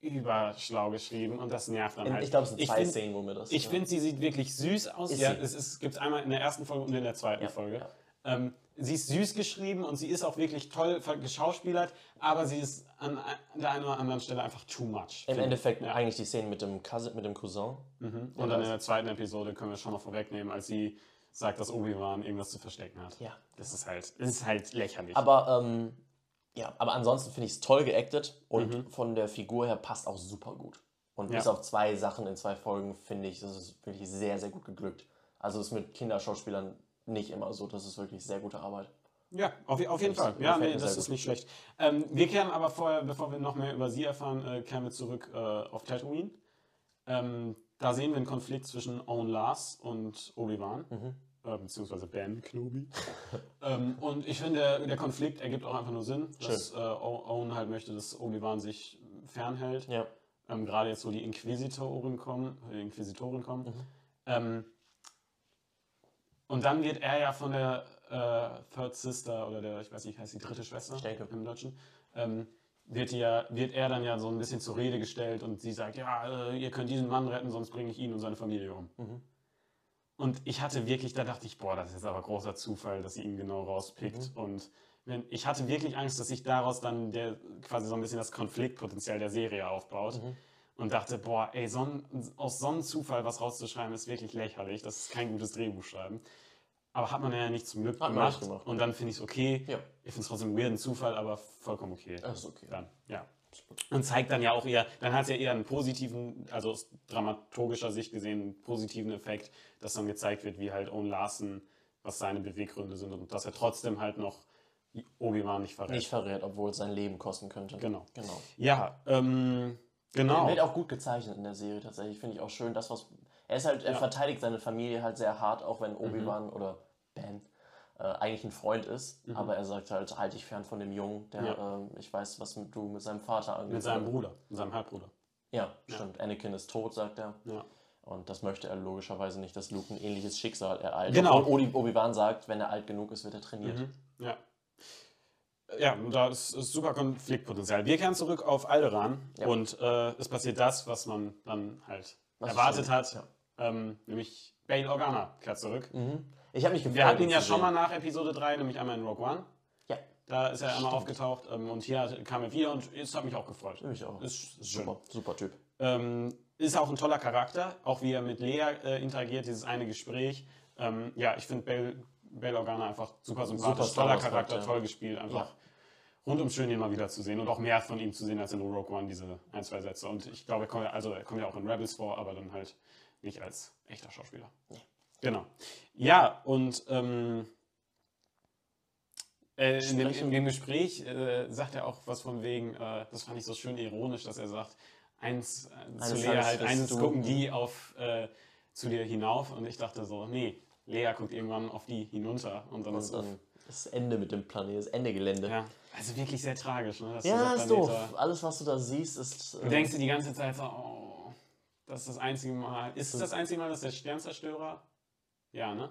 B: überschlau geschrieben und das nervt dann
A: In,
B: halt.
A: ich glaube, es sind zwei
B: find-
A: Szenen, wo mir das.
B: ich
A: ja.
B: finde, sie sieht wirklich süß aus.
A: Ist
B: ja,
A: sie.
B: es, es gibt einmal in der ersten Folge und in der zweiten
A: Ja,
B: Folge.
A: ja.
B: Ähm, sie ist süß geschrieben und sie ist auch wirklich toll ver- geschauspielert, aber sie ist an ein- der einen oder anderen Stelle einfach too much.
A: Im
B: finde
A: Endeffekt
B: Ja.
A: eigentlich die Szenen mit dem, Cousin, mit dem Cousin.
B: ich. Mhm.
A: Ja,
B: Und dann
A: weiß.
B: in der zweiten Episode können wir schon mal vorwegnehmen, als sie sagt, dass Obi-Wan irgendwas zu verstecken hat.
A: Ja.
B: Das ist halt, das ist halt lächerlich.
A: Aber ähm, ja, aber ansonsten finde ich es toll geactet und von der Figur her passt auch super gut. Und
B: Mhm. Ja.
A: bis auf zwei Sachen in zwei Folgen finde ich, das ist wirklich sehr, sehr gut geglückt. Also ist mit Kinderschauspielern nicht immer so, das ist wirklich sehr gute Arbeit.
B: ja, auf, auf jeden
A: Das
B: Fall. Ja,
A: gefällt
B: nee,
A: mir
B: das
A: sehr
B: ist
A: gut.
B: nicht schlecht. Ähm, wir kehren aber vorher, bevor wir noch mehr über sie erfahren, äh, kehren wir zurück äh, auf Tatooine. Ähm, da sehen wir einen Konflikt zwischen Owen Lars und Obi-Wan.
A: Mhm.
B: äh, beziehungsweise Ben Knobi. ähm, und ich finde, der, der Konflikt ergibt auch einfach nur Sinn, dass äh, O- Owen halt möchte, dass Obi-Wan sich fernhält.
A: Ja.
B: Ähm, Gerade jetzt, wo die
A: Mhm.
B: Inquisitoren kommen, äh, Inquisitoren kommen. Ähm, Und dann wird er ja von der äh, Third Sister oder der, ich weiß nicht, heißt die dritte Schwester
A: Ich denke.
B: im Deutschen, ähm, wird, die ja, wird er dann ja so ein bisschen zur Rede gestellt und sie sagt, ja, äh, ihr könnt diesen Mann retten, sonst bringe ich ihn und seine Familie um.
A: Mhm.
B: Und ich hatte wirklich, da dachte ich, boah, das ist aber großer Zufall, dass sie ihn genau
A: Mhm.
B: rauspickt. Und wenn, ich hatte wirklich Angst, dass sich daraus dann der, quasi so ein bisschen das Konfliktpotenzial der Serie aufbaut.
A: Mhm.
B: Und dachte, boah, ey, so ein, aus so einem Zufall was rauszuschreiben, ist wirklich lächerlich. Das ist kein gutes Drehbuchschreiben. Aber hat man ja nicht zum Glück
A: Hat man
B: gemacht.
A: nicht gemacht.
B: Und dann finde ich es okay.
A: Ja.
B: Ich finde es trotzdem weirden Zufall, aber vollkommen okay.
A: Das ist okay.
B: Dann, ja. Und zeigt dann ja auch eher, dann hat es ja eher einen positiven, also aus dramaturgischer Sicht gesehen, einen positiven Effekt, dass dann gezeigt wird, wie halt Owen Larson, was seine Beweggründe sind und dass er trotzdem halt noch Obi-Wan nicht verrät.
A: Nicht verrät, obwohl es sein Leben kosten könnte.
B: Genau.
A: Genau.
B: Ja, ähm,
A: Er
B: genau.
A: wird auch gut gezeichnet in der Serie tatsächlich. Finde ich auch schön. Das, was. Er ist halt, er
B: Ja. Mhm.
A: verteidigt seine Familie halt sehr hart, auch wenn Obi-Wan oder Ben äh, eigentlich ein Freund ist. Aber er sagt halt, halte dich fern von dem Jungen, der,
B: Mhm. Ja.
A: ähm, ich weiß, was mit, du mit seinem Vater angeht.
B: Mit seinem Bruder, mit seinem Halbbruder.
A: Ja, stimmt. Anakin ist tot, sagt er.
B: Ja.
A: Und das möchte er logischerweise nicht, dass Luke ein ähnliches Schicksal ereilt.
B: Genau. Mhm.
A: Obwohl Obi- Obi-Wan sagt, wenn er alt genug ist, wird er trainiert.
B: Ja. Ja, und da ist, ist super Konfliktpotenzial. Wir kehren zurück auf Alderan
A: Ja.
B: und äh, es passiert das, was man dann halt
A: Was
B: erwartet
A: ich-
B: hat,
A: ja. Mhm.
B: ähm, nämlich Bail Organa kehrt zurück.
A: Ich habe mich gefreut.
B: Wir hatten ihn
A: ihn
B: ja
A: zu
B: schon
A: sehen.
B: mal nach Episode 3, nämlich einmal in Rogue One.
A: Ja,
B: Da ist er einmal aufgetaucht ähm, und hier hat- kam er wieder und es hat mich auch gefreut.
A: mich auch.
B: Ist, ist schön.
A: super, super Typ.
B: Ähm, ist auch ein toller Charakter, auch wie er mit Lea äh, interagiert, dieses eine Gespräch. Ähm, ja, ich finde Bell, Bell Organa einfach super sympathisch,
A: Star
B: toller
A: Wars-Charakter,
B: Charakter,
A: ja.
B: toll gespielt, einfach rundum schön, ihn mal wieder zu sehen und auch mehr von ihm zu sehen als in Rogue One, diese ein, zwei Sätze. Und ich glaube, er kommt, ja- also, er kommt ja auch in Rebels vor, aber dann halt nicht als echter Schauspieler. Genau. Ja, und ähm, äh, in, dem, in dem Gespräch äh, sagt er auch was von wegen, äh, das fand ich so schön ironisch, dass er sagt, eins äh, zu
A: Eines
B: Lea
A: Tages
B: halt,
A: wirst
B: eines
A: du- mhm.
B: gucken die auf äh, zu dir hinauf und ich dachte so, nee, Lea guckt irgendwann auf die hinunter und dann ist
A: Und dann das Ende mit dem Planeten, das Ende Gelände. Ja,
B: ja, also wirklich sehr tragisch, ne? dass dieser
A: ist
B: Planet
A: doof.
B: da-
A: Alles, was du da siehst, ist. äh,
B: Du denkst dir die ganze Zeit so, oh, das ist das einzige Mal. Ist es das einzige Mal, dass der Sternzerstörer? Ja, ne?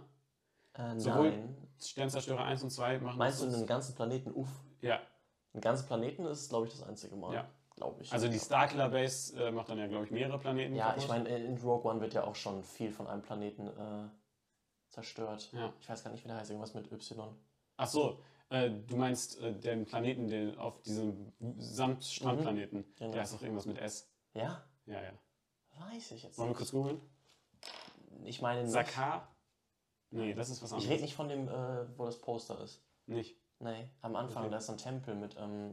A: äh,
B: sowohl-
A: nein.
B: Sternzerstörer 1 und 2 machen
A: Meinst du
B: das.
A: einen ganzen Planeten? Uff.
B: Ja,
A: Einen ganzen Planeten ist, glaube ich, das einzige Mal.
B: Ja.
A: Glaube ich.
B: also die Starkiller Base äh, macht dann ja, glaube ich, mehrere Planeten.
A: ja,
B: kaputt.
A: ich meine, in Rogue One wird ja auch schon viel von einem Planeten äh, zerstört.
B: Ja.
A: Ich weiß gar nicht, wie der heißt. Irgendwas mit Y.
B: Ach so, äh, du meinst äh, den Planeten, den auf diesem Sandstrandplaneten.
A: Genau.
B: Der ist doch irgendwas mit S.
A: Ja?
B: Ja, ja.
A: Weiß ich jetzt
B: Wollen wir
A: nicht.
B: kurz googeln?
A: Ich meine nicht.
B: Sakar? Nee, das ist was
A: Ich
B: anderes.
A: rede nicht von dem, äh, wo das Poster ist.
B: Nicht.
A: Nee, am Anfang,
B: Okay.
A: da ist so ein Tempel mit ähm,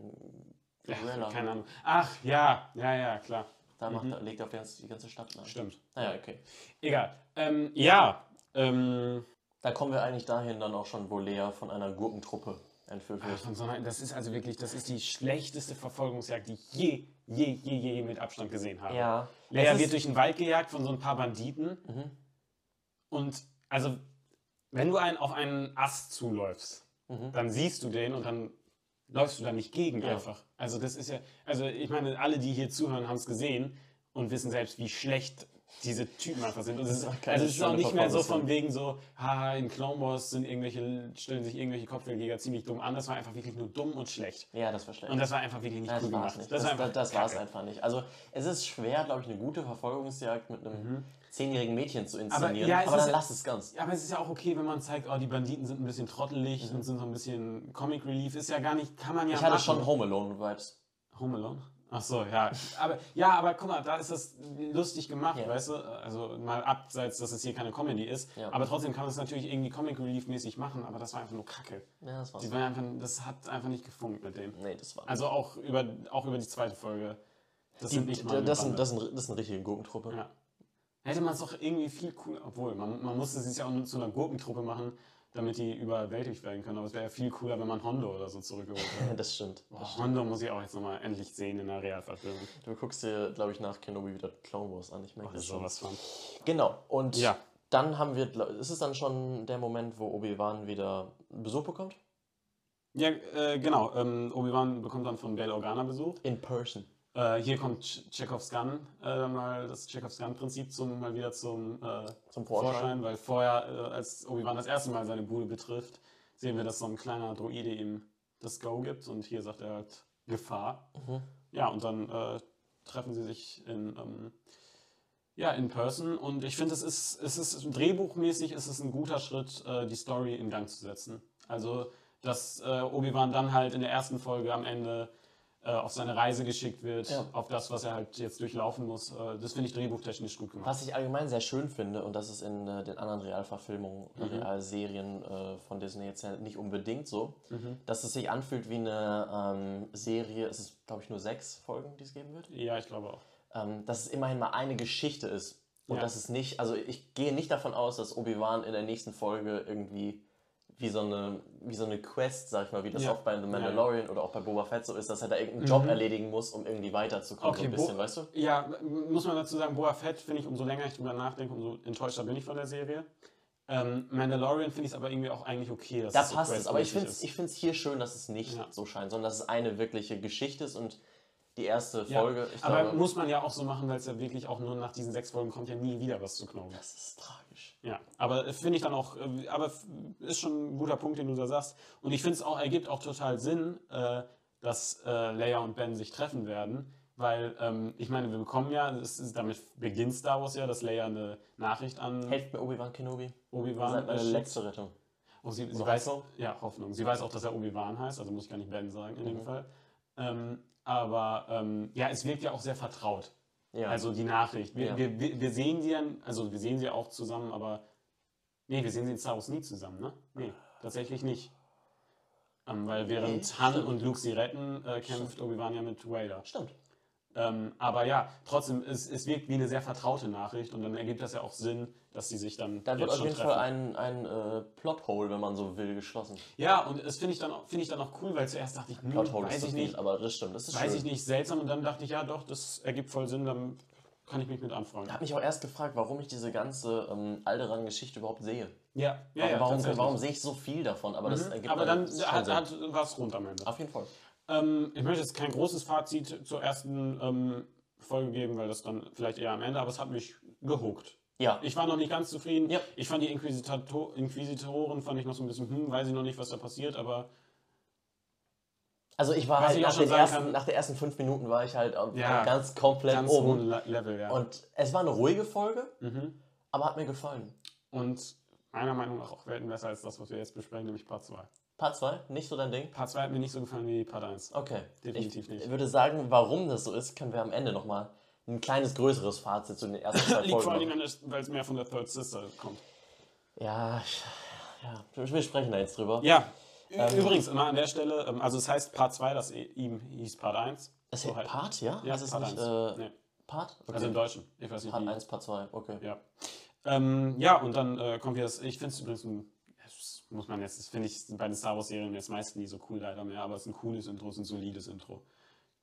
B: Ja,
A: Cruella.
B: keine Mhm. Ahnung. Ach, ja, ja, ja, klar.
A: Da macht, er- legt er auf die ganze, die ganze Stadt an.
B: Stimmt.
A: Naja, okay.
B: Egal. Ähm, ja, ähm,
A: Da kommen wir eigentlich dahin dann auch schon, wo Lea von einer Gurkentruppe entführt
B: Ach,
A: wird.
B: von so einer, das ist also wirklich, das ist die schlechteste Verfolgungsjagd, die ich je, je, je, je mit Abstand gesehen habe.
A: Ja.
B: Leia
A: Es
B: wird
A: ist-
B: durch den Wald gejagt von so ein paar Banditen.
A: Mhm.
B: Und also, wenn du einen auf einen Ast zuläufst,
A: Mhm.
B: dann siehst du den und dann läufst du da nicht gegen
A: Ja.
B: einfach. Also das ist ja, also ich meine, alle, die hier zuhören, haben es gesehen und wissen selbst, wie schlecht diese Typen einfach sind. Und es
A: Das
B: ist,
A: ist auch keine
B: also es ist auch
A: schöne
B: nicht mehr so von
A: Performance.
B: wegen so, haha, in Clone Wars sind irgendwelche, stellen sich irgendwelche Kopfgeldjäger ziemlich dumm an. Das war einfach wirklich nur dumm und schlecht.
A: Ja, das verstehe ich.
B: Und das war einfach wirklich nicht
A: das
B: cool
A: war's
B: gemacht.
A: nicht.
B: Das,
A: Das,
B: war
A: das,
B: einfach
A: das war's
B: Kacke.
A: einfach nicht. Also, es ist schwer, glaube ich, eine gute Verfolgungsjagd mit einem zehnjährigen Mädchen zu inszenieren.
B: Mhm. ja,
A: Aber,
B: es
A: dann
B: ist-
A: lass es ganz.
B: Ja, aber es ist ja auch okay, wenn man zeigt, oh, die Banditen sind ein bisschen trottelig und sind so ein bisschen Comic Relief. Ist ja gar nicht, kann man ja
A: Mhm. Ich hatte
B: machen.
A: schon Home Alone-Vibes.
B: Home Alone? Ach so, ja. Aber, ja, aber guck mal, da ist das lustig gemacht,
A: Ja.
B: weißt du? Also mal abseits, dass es hier keine Comedy ist.
A: Ja.
B: Aber trotzdem kann man es natürlich irgendwie Comic Relief-mäßig machen, aber das war einfach nur Kacke.
A: Ja, das war's.
B: Die waren einfach, das hat einfach nicht gefunkt mit dem.
A: Nee, das war.
B: Also auch über, auch über die zweite Folge. Das sind nicht mal.
A: das, sind, das, sind, das ist eine richtige Gurkentruppe.
B: ja.
A: Also
B: Hätte man es doch irgendwie viel cooler, obwohl man, man musste es ja auch nur zu einer Gurkentruppe machen, damit die überwältigt werden können. Aber es wäre ja viel cooler, wenn man Hondo oder so zurückgeholt hätte.
A: Das stimmt.
B: Boah, Hondo muss ich auch jetzt nochmal endlich sehen in der Realverfilmung.
A: Du guckst dir, glaube ich, nach Kenobi wieder Clone Wars an. Ich merke das schon.
B: von.
A: Genau. Und
B: Ja.
A: dann haben wir, glaub- ist es dann schon der Moment, wo Obi-Wan wieder Besuch bekommt?
B: Ja, äh, genau. Ähm, Obi-Wan bekommt dann von Bail Organa Besuch.
A: In person.
B: Äh, hier kommt Ch- Chekhovs Gun, äh, mal das Chekhovs Gun-Prinzip zum, mal wieder zum, äh,
A: Zum
B: Vorschein,
A: Vorschein.
B: weil vorher, äh, als Obi-Wan das erste Mal seine Bude betrifft, sehen wir, dass so ein kleiner Droide ihm das Go gibt und hier sagt er halt Gefahr.
A: Mhm.
B: Ja, und dann äh, treffen sie sich in, ähm, ja, in person und ich finde, es ist, es ist drehbuchmäßig ist es ein guter Schritt, äh, die Story in Gang zu setzen. Also, dass äh, Obi-Wan dann halt in der ersten Folge am Ende äh, auf seine Reise geschickt wird,
A: Ja.
B: auf das, was er halt jetzt durchlaufen muss. Äh, das finde ich drehbuchtechnisch gut gemacht.
A: Was ich allgemein sehr schön finde, und das ist in äh, den anderen Realverfilmungen oder
B: Mhm.
A: Realserien äh, von Disney jetzt ja nicht unbedingt so,
B: Mhm.
A: dass es sich anfühlt wie eine ähm, Serie, es ist, glaube ich, nur sechs Folgen, die es geben wird,
B: Ja, ich glaube auch.
A: ähm, dass es immerhin mal eine Geschichte ist. Und
B: Ja.
A: dass es nicht, also ich gehe nicht davon aus, dass Obi-Wan in der nächsten Folge irgendwie wie so eine, wie so eine Quest, sag ich mal, wie das
B: Ja.
A: auch bei The
B: ja.
A: Mandalorian oder auch bei Boba Fett so ist, dass er da irgendeinen
B: Mhm.
A: Job erledigen muss, um irgendwie weiterzukommen, so
B: Okay,
A: ein
B: Bo-
A: bisschen, weißt du?
B: Ja, m- muss man dazu sagen, Boa Fett finde ich, umso länger ich drüber nachdenke, umso enttäuschter bin ich von der Serie. Ähm, Mandalorian finde ich es aber irgendwie auch eigentlich okay. Dass
A: Da
B: so
A: passt es, aber ich
B: questmäßig
A: finde es
B: ist.
A: ich find's hier schön, dass es nicht
B: Ja.
A: so scheint, sondern dass es eine wirkliche Geschichte ist und die erste
B: Ja,
A: Folge, ich
B: aber
A: glaube,
B: muss man ja auch so machen, weil es ja wirklich auch nur nach diesen sechs Folgen kommt ja nie wieder was zu Knoblauch.
A: das ist tragisch.
B: Ja, aber äh, finde ich dann auch, äh, aber f- ist schon ein guter Punkt, den du da sagst. Und ich finde es auch, ergibt auch total Sinn, äh, dass äh, Leia und Ben sich treffen werden, weil ähm, ich meine, wir bekommen ja, es ist, damit beginnt Star Wars ja, dass Leia eine Nachricht an
A: Helft mir Obi-Wan Kenobi. Ihr seid
B: Obi-Wan
A: meine
B: äh, schickt.
A: letzte Rettung.
B: Oh, sie, sie
A: Oder
B: weiß
A: Hoffnung?
B: ja Hoffnung. Sie weiß auch, dass er Obi-Wan heißt, also muss ich gar nicht Ben sagen in
A: Mhm.
B: dem Fall. Ähm, aber ähm, ja, es wirkt ja auch sehr vertraut.
A: Ja.
B: Also die Nachricht. Wir,
A: Ja.
B: wir, wir, wir sehen sie ja, also wir sehen sie auch zusammen, aber nee, wir sehen sie in Star Wars nie zusammen, ne? Nee, tatsächlich nicht. Ähm, weil während
A: Nee,
B: Han
A: stimmt.
B: und Luke sie retten, äh,
A: Stimmt.
B: kämpft Obi-Wan ja mit Vader.
A: Stimmt.
B: Ähm, aber ja, trotzdem, es, es wirkt wie eine sehr vertraute Nachricht und dann ergibt das ja auch Sinn, dass sie sich dann
A: Da wird
B: jetzt
A: auf
B: schon
A: jeden
B: treffen. Hm,
A: Fall ein, ein äh, Plothole, wenn man so will, geschlossen.
B: Ja, und das finde ich, dann auch- finde ich dann auch cool, weil zuerst dachte ich, hm,
A: Plothole
B: weiß
A: ist
B: ich
A: zu viel,
B: nicht,
A: aber das stimmt. Das ist
B: weiß
A: schön.
B: ich nicht, seltsam. Und dann dachte ich, ja doch, das ergibt voll Sinn, dann kann ich mich mit anfreunden.
A: Ich habe mich auch erst gefragt, warum ich diese ganze ähm, Alderan-Geschichte überhaupt sehe.
B: Ja, ja, ja
A: warum
B: tatsächlich.
A: warum sehe ich so viel davon? Aber das
B: Mhm.
A: ergibt halt
B: Aber dann
A: schon
B: hat,
A: Sinn.
B: hat was rund am Ende.
A: auf jeden Fall.
B: Ähm, ich möchte jetzt kein großes Fazit zur ersten ähm, Folge geben, weil das dann vielleicht eher am Ende, aber es hat mich gehuckt.
A: Ja,
B: Ich war noch nicht ganz zufrieden.
A: Ja.
B: Ich fand die Inquisitator Inquisitoren fand ich noch so ein bisschen, hm, weiß ich noch nicht, was da passiert, aber
A: also ich war
B: Was
A: halt
B: ich auch
A: nach,
B: schon
A: den
B: sagen
A: ersten,
B: kann-
A: nach den ersten fünf Minuten war ich halt ähm,
B: Ja.
A: ganz komplett
B: ganz
A: oben.
B: hohen Le- Level, ja.
A: Und es war eine ruhige Folge,
B: mhm.
A: aber hat mir gefallen.
B: Und meiner Meinung nach auch Welten besser als das, was wir jetzt besprechen, nämlich Part 2.
A: Part 2, nicht so dein Ding?
B: Part 2 hat mir nicht so gefallen wie Part 1.
A: Okay.
B: Definitiv
A: ich
B: nicht.
A: würde sagen, warum das so ist, können wir am Ende nochmal ein kleines größeres Fazit zu den ersten zwei
B: Liegt
A: Folgen
B: vor allen
A: machen.
B: Dingen, an, weil es mehr von der Third Sister kommt.
A: Ja, ich- ja, wir sprechen da jetzt drüber.
B: Ja. Ü-
A: Ähm,
B: Übrigens, immer an der Stelle, ähm, also es heißt Part 2, das i- ihm hieß Part 1.
A: Es ist
B: halt.
A: Part, ja?
B: Ja,
A: also es ist
B: Part
A: nicht,
B: 1.
A: äh,
B: Nee.
A: Part? Okay.
B: Also im Deutschen. Ich weiß nicht,
A: Part
B: wie.
A: 1, Part 2, okay.
B: Ja. Ähm, ja, und dann äh, kommt wieder das. Ich finde es übrigens ein. Das muss man jetzt, das finde ich bei den Star Wars-Serien jetzt meistens nie so cool, leider mehr, aber es ist ein cooles Intro, es ist ein solides Intro.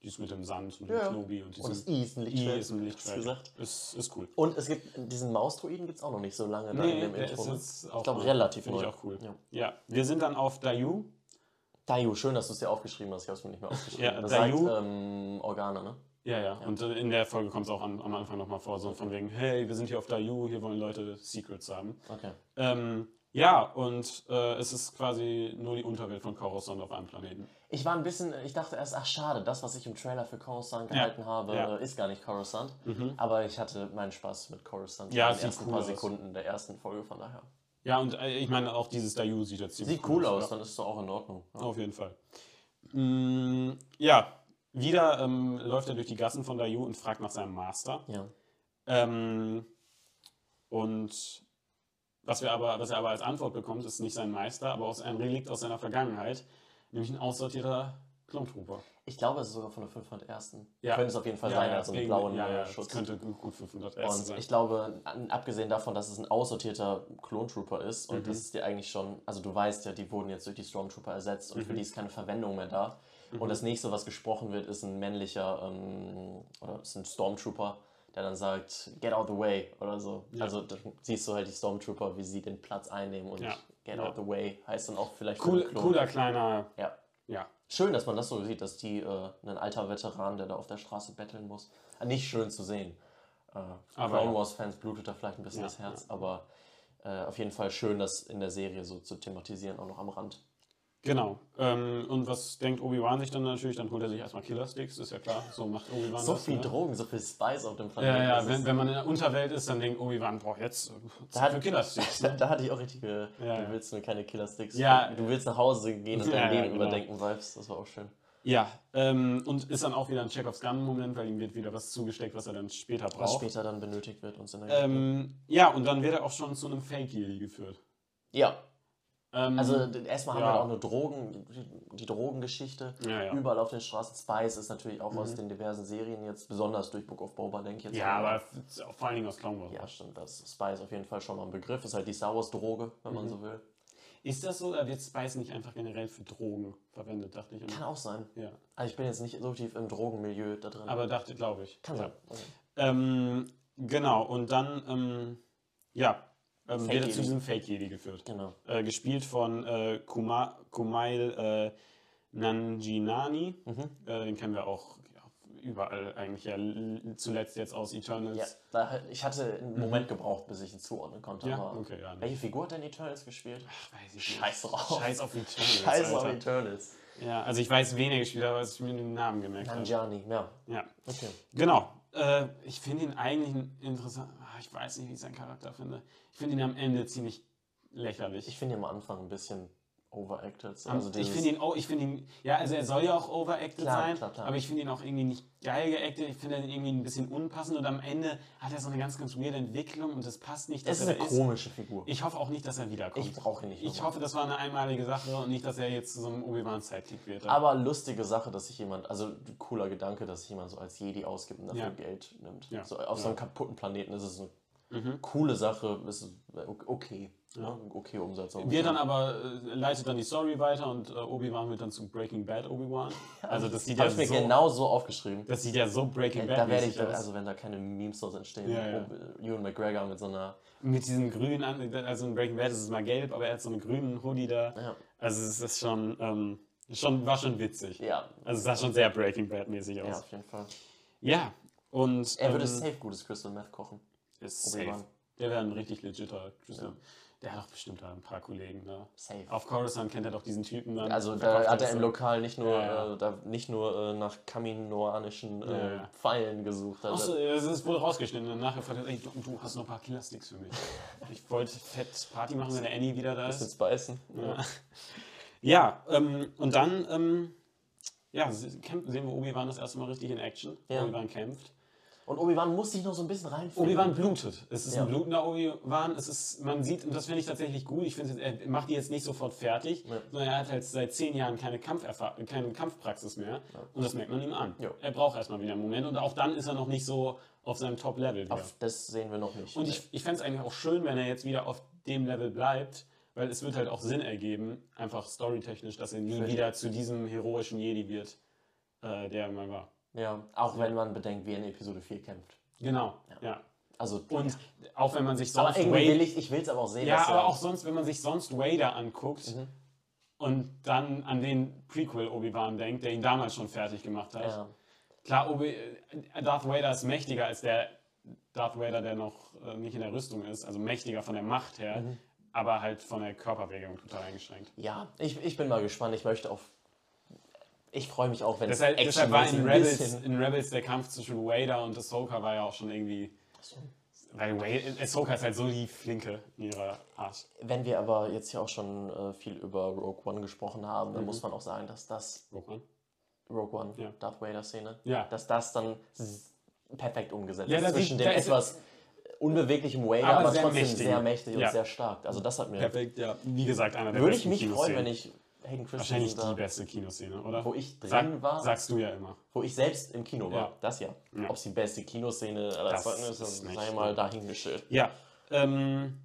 B: Dies mit dem Sand und dem
A: Ja, ja.
B: Knobi und
A: Und das
B: diesem
A: I ist ein
B: I
A: Lichtschwert.
B: ist ein Lichtschwert.
A: gesagt.
B: Ist, ist cool.
A: Und es gibt, diesen Mausdruiden gibt es auch noch nicht so lange da in
B: Nee,
A: dem
B: der ist
A: Intro. ne?
B: jetzt auch
A: Ich glaube,
B: neu.
A: relativ
B: Finde ich
A: neu.
B: auch cool.
A: Ja.
B: Ja, wir sind dann auf Dayu.
A: Dayu, schön, dass du es dir aufgeschrieben hast. Ich habe es mir nicht mehr aufgeschrieben.
B: Ja,
A: das
B: Dayu-
A: sagt ähm, Organe, ne?
B: Ja, ja. Und äh, in der Folge kommt es auch am, am Anfang nochmal vor, so von wegen, hey, wir sind hier auf Dayu, hier wollen Leute Secrets haben.
A: Okay.
B: Ähm, ja, und äh, es ist quasi nur die Unterwelt von Coruscant auf einem Planeten.
A: Ich war ein bisschen, ich dachte erst, ach schade, das, was ich im Trailer für Coruscant gehalten habe,
B: ja.
A: äh, ist gar nicht Coruscant.
B: Mhm.
A: Aber ich hatte meinen Spaß mit Coruscant
B: Ja,
A: in
B: es
A: den
B: sieht
A: ersten
B: cool
A: paar
B: aus.
A: Sekunden der ersten Folge, von daher.
B: Ja, und äh, ich meine, auch dieses Dayu sieht jetzt ziemlich
A: Sieht cool aus,
B: oder?
A: dann ist es doch auch in Ordnung. ne? Ja.
B: Auf jeden Fall. Mm, ja, wieder ähm, läuft er durch die Gassen von Dayu und fragt nach seinem Master.
A: ja.
B: Ähm, und was, wir aber, was er aber als Antwort bekommt, ist nicht sein Meister, aber aus einem Relikt aus seiner Vergangenheit, nämlich ein aussortierter Klontrooper.
A: Ich glaube, es ist sogar von der 501.
B: Ja.
A: Könnte es auf jeden Fall sein, also einen
B: deswegen-
A: blauen
B: ja,
A: äh,
B: ja,
A: Schutz.
B: Das könnte gu- gut 500 S
A: Und
B: sein.
A: ich glaube, an- abgesehen davon, dass es ein aussortierter Klontrooper ist und
B: Mhm.
A: das ist dir eigentlich schon, also du weißt ja, die wurden jetzt durch die Stormtrooper ersetzt und für
B: Mhm.
A: die ist keine Verwendung mehr da. Und
B: Mhm.
A: das nächste, was gesprochen wird, ist ein männlicher ähm, oder ist ein Stormtrooper, der dann sagt, get out the way oder so.
B: Ja.
A: Also dann siehst du halt die Stormtrooper, wie sie den Platz einnehmen und
B: Ja.
A: get
B: Ja.
A: out the way heißt dann auch vielleicht für
B: cool,
A: den Klon.
B: cooler kleiner
A: Ja.
B: Ja.
A: Schön, dass man das so sieht, dass die äh, ein alter Veteran, der da auf der Straße betteln muss. Äh, Nicht schön zu sehen. Äh,
B: Aber
A: Clone
B: ja.
A: Wars-Fans blutet da vielleicht ein bisschen
B: Ja,
A: das Herz, aber äh, auf jeden Fall schön, das in der Serie so zu thematisieren, auch noch am Rand.
B: Genau. Ähm, und was denkt Obi-Wan sich dann natürlich? Dann holt er sich erstmal Killersticks, ist ja klar. So macht Obi-Wan
A: So
B: das,
A: viel
B: ne?
A: Drogen, so viel Spice auf dem Planeten.
B: Ja, ja,
A: das
B: wenn,
A: ist-
B: wenn man in der Unterwelt ist, dann denkt Obi-Wan, braucht jetzt
A: Da hat-
B: für Killersticks.
A: da, da hatte ich auch richtige,
B: Ja, ja.
A: du willst nur keine Killersticks.
B: Ja.
A: du willst nach Hause gehen und
B: Ja,
A: dein
B: ja,
A: Leben
B: genau.
A: überdenken, Vibes. Das war auch schön.
B: Ja, ähm, und ist dann auch wieder ein Check-of-Gun-Moment, weil ihm wird wieder was zugesteckt, was er dann später
A: Was
B: braucht.
A: später dann benötigt wird und so. in der Gruppe.
B: Ähm, ja, und dann wird er auch schon zu einem Fake-Jedi geführt.
A: ja,
B: Ähm,
A: also d- erstmal haben
B: ja.
A: wir auch nur Drogen, die- die Drogengeschichte.
B: ja, ja.
A: Überall auf den Straßen. Spice ist natürlich auch aus
B: Mhm.
A: den diversen Serien jetzt, besonders durch Book of Boba, denke ich jetzt.
B: ja, aber f- vor allen Dingen aus Clone Wars.
A: Ja, stimmt. Das ist Spice auf jeden Fall schon mal ein Begriff. Ist halt die Star Wars-Droge, wenn man
B: Mhm.
A: so will.
B: Ist das so, oder wird Spice nicht einfach generell für Drogen verwendet, dachte ich.
A: Kann auch sein.
B: Ja,
A: Also ich bin jetzt nicht so tief im Drogenmilieu da drin.
B: aber dachte, glaube ich.
A: Kann
B: ja.
A: sein. Also,
B: Ähm, genau, und dann, ähm, ja, ähm, wird er
A: Fake-Jedi.
B: zu diesem Fake-Jedi geführt.
A: Genau.
B: Äh, gespielt von äh, Kuma, Kumail äh, Nanjinani.
A: Mhm.
B: Äh, den kennen wir auch ja, überall eigentlich, ja, l- zuletzt jetzt aus Eternals.
A: Ja, da, ich hatte einen Moment gebraucht, bis ich ihn zuordnen konnte.
B: Mhm. Ja,
A: aber
B: okay, ja, nee.
A: Welche Figur hat denn Eternals gespielt?
B: Ach, weiß ich
A: Scheiß
B: nicht.
A: drauf.
B: Scheiß auf Eternals.
A: Scheiße auf
B: Alter.
A: Eternals.
B: Ja, also ich weiß weniger gespielt, aber ich mir den Namen gemerkt habe.
A: Nanjani, ja.
B: Ja,
A: Okay.
B: genau. Äh, ich finde ihn eigentlich interessant. Ah, Ich weiß nicht, wie ich seinen Charakter finde. Ich finde ihn am Ende ziemlich lächerlich.
A: Ich finde ihn am Anfang ein bisschen overacted. so.
B: Am-
A: Also
B: ich
A: dieses,
B: finde ihn, oh, ich finde ihn, ja, also er soll ja auch overacted
A: Klar,
B: sein,
A: klar, klar.
B: aber ich finde ihn auch irgendwie nicht geil geacted, ich finde ihn irgendwie ein bisschen unpassend und am Ende hat er so eine ganz, ganz weirde Entwicklung und das passt nicht,
A: es
B: dass
A: ist
B: er
A: eine
B: da
A: komische Figur.
B: Ich hoffe auch nicht, dass er wiederkommt.
A: Ich brauche ihn nicht
B: Ich
A: nochmal.
B: hoffe, das war eine einmalige Sache und nicht, dass er jetzt zu so einem Obi-Wan-Sidekick wird.
A: Aber lustige Sache, dass sich jemand, also cooler Gedanke, dass sich jemand so als Jedi ausgibt und dafür
B: Ja.
A: Geld nimmt.
B: Ja.
A: So, auf so
B: Ja.
A: einem kaputten Planeten ist es eine
B: Mhm.
A: coole Sache, ist es okay. Ja. Okay Umsatz.
B: Wir dann aber äh, leitet dann die Story weiter und äh, Obi-Wan wird dann zu Breaking Bad Obi-Wan. Also das sieht
A: Habe
B: ja
A: ich mir
B: so,
A: genau so aufgeschrieben.
B: das sieht ja so Breaking Bad
A: da werde ich,
B: mäßig
A: da,
B: aus.
A: also wenn da keine Memes draus entstehen,
B: Ja, ja.
A: wo Ewan McGregor mit so einer,
B: Mit diesem grünen, An- also in Breaking Bad ist es mal gelb, aber er hat so einen grünen Hoodie da.
A: ja,
B: Also es ist schon, ähm, schon war schon witzig.
A: ja,
B: Also es sah schon sehr Breaking Bad mäßig
A: ja,
B: aus.
A: auf jeden Fall.
B: Ja. Und
A: Er würde
B: ähm,
A: safe gutes Crystal Meth kochen.
B: ist
A: Obi-Wan.
B: safe. Der wäre ein richtig legitter Crystal. Der hat auch bestimmt da ein paar Kollegen da.
A: Safe.
B: Auf Coruscant kennt er doch diesen Typen dann.
A: Also da
B: verkauft
A: hat er
B: das
A: im
B: so.
A: Lokal nicht nur,
B: Ja, ja.
A: Äh, da, nicht nur äh, nach kaminoanischen äh,
B: Ja, ja.
A: Pfeilen gesucht.
B: Ach so,
A: Also,
B: es ist- wurde rausgeschnitten und nachher fragt er, ey, du, du hast noch ein paar Killersticks für mich. Ich wollte fett Party machen, wenn der Annie wieder da
A: bisschen
B: ist.
A: beißen.
B: Ja, ja ähm, und dann ähm, ja, sie- kämpfen- sehen wir Obi-Wan das erste Mal richtig in Action.
A: Ja.
B: Obi-Wan kämpft.
A: Und Obi-Wan muss sich noch so ein bisschen reinfinden.
B: Obi-Wan blutet. Es ist
A: Ja.
B: ein blutender Obi-Wan. Es ist, man sieht, und das finde ich tatsächlich gut, ich finde, er macht die jetzt nicht sofort fertig,
A: Ja.
B: sondern er hat halt seit zehn Jahren keine, Kampferfa keine Kampfpraxis mehr. Und das merkt man ihm an.
A: Ja.
B: Er braucht erstmal wieder einen Moment und auch dann ist er noch nicht so auf seinem Top-Level. wieder.
A: Auf, Das sehen wir noch nicht.
B: Und ich, ich fände es eigentlich auch schön, wenn er jetzt wieder auf dem Level bleibt, weil es wird halt auch Sinn ergeben, einfach storytechnisch, dass er nie
A: Völlig.
B: wieder zu diesem heroischen Jedi wird, äh, der er mal war.
A: ja, auch wenn man bedenkt, wie er in Episode 4 kämpft.
B: Genau, ja.
A: Also,
B: Und auch wenn man sich
A: aber
B: sonst
A: irgendwie will
B: Wade,
A: ich, ich will es aber auch sehen.
B: ja,
A: dass er-
B: aber auch sonst, wenn man sich sonst Vader anguckt
A: Mhm.
B: und dann an den Prequel Obi-Wan denkt, der ihn damals schon fertig gemacht hat.
A: ja.
B: Klar, Obi äh, Darth Vader ist mächtiger als der Darth Vader, der noch äh, nicht in der Rüstung ist, also mächtiger von der Macht her,
A: Mhm.
B: aber halt von der Körperbewegung total eingeschränkt.
A: Ja, ich, ich bin mal gespannt. Ich möchte auf. Ich freue mich auch, wenn es
B: Deshalb, deshalb war
A: actionmäßig
B: in
A: ein
B: Rebels,
A: bisschen-
B: in Rebels der Kampf zwischen Vader und Ahsoka war ja auch schon irgendwie. Weil Vader, Ahsoka ist halt so die Flinke in ihrer Art.
A: Wenn wir aber jetzt hier auch schon äh, viel über Rogue One gesprochen haben, dann muss man auch sagen, dass das
B: Guck mal.
A: Rogue One,
B: Mhm. Ja.
A: Darth Vader-Szene,
B: Ja.
A: dass das dann s- perfekt umgesetzt
B: Ja,
A: ist.
B: da
A: Zwischen
B: sieht-
A: dem
B: da ist-
A: etwas unbeweglichen Vader,
B: Aber
A: aber,
B: sehr
A: trotzdem
B: mächtig.
A: sehr mächtig
B: Ja.
A: und sehr stark. Also, das hat mir.
B: Perfekt, ja. Wie gesagt, einer der
A: Würde ich
B: besten
A: mich freuen,
B: Kinoszenen.
A: wenn ich Hayden
B: Wahrscheinlich
A: Christensen
B: die
A: da,
B: beste Kinoszene, oder?
A: wo ich drin
B: Sag,
A: war,
B: Sagst du ja immer.
A: wo ich selbst im Kino war.
B: Ja.
A: Das ja.
B: Ja.
A: Ob es die beste Kinoszene aller
B: Das
A: Zeiten ist,
B: ist nicht
A: sei mal
B: schlimm.
A: dahingestellt.
B: Ja. Ähm,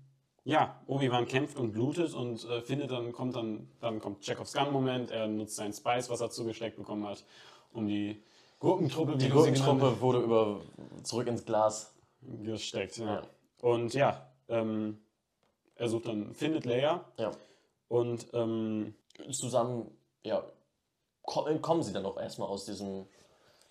B: ja, Obi-Wan kämpft und blutet und äh, findet dann, kommt dann, dann kommt Chekhovs Gun-Moment, er nutzt sein Spice, was er zugesteckt bekommen hat, um die Gurkentruppe, wie
A: Die
B: du sie genannt
A: Gurkentruppe wurde über zurück ins Glas.
B: gesteckt. Ja.
A: Ja.
B: Und ja, ähm, er sucht dann, findet Leia
A: Ja.
B: und ähm,
A: Zusammen, ja, kommen, kommen sie dann auch erstmal aus diesem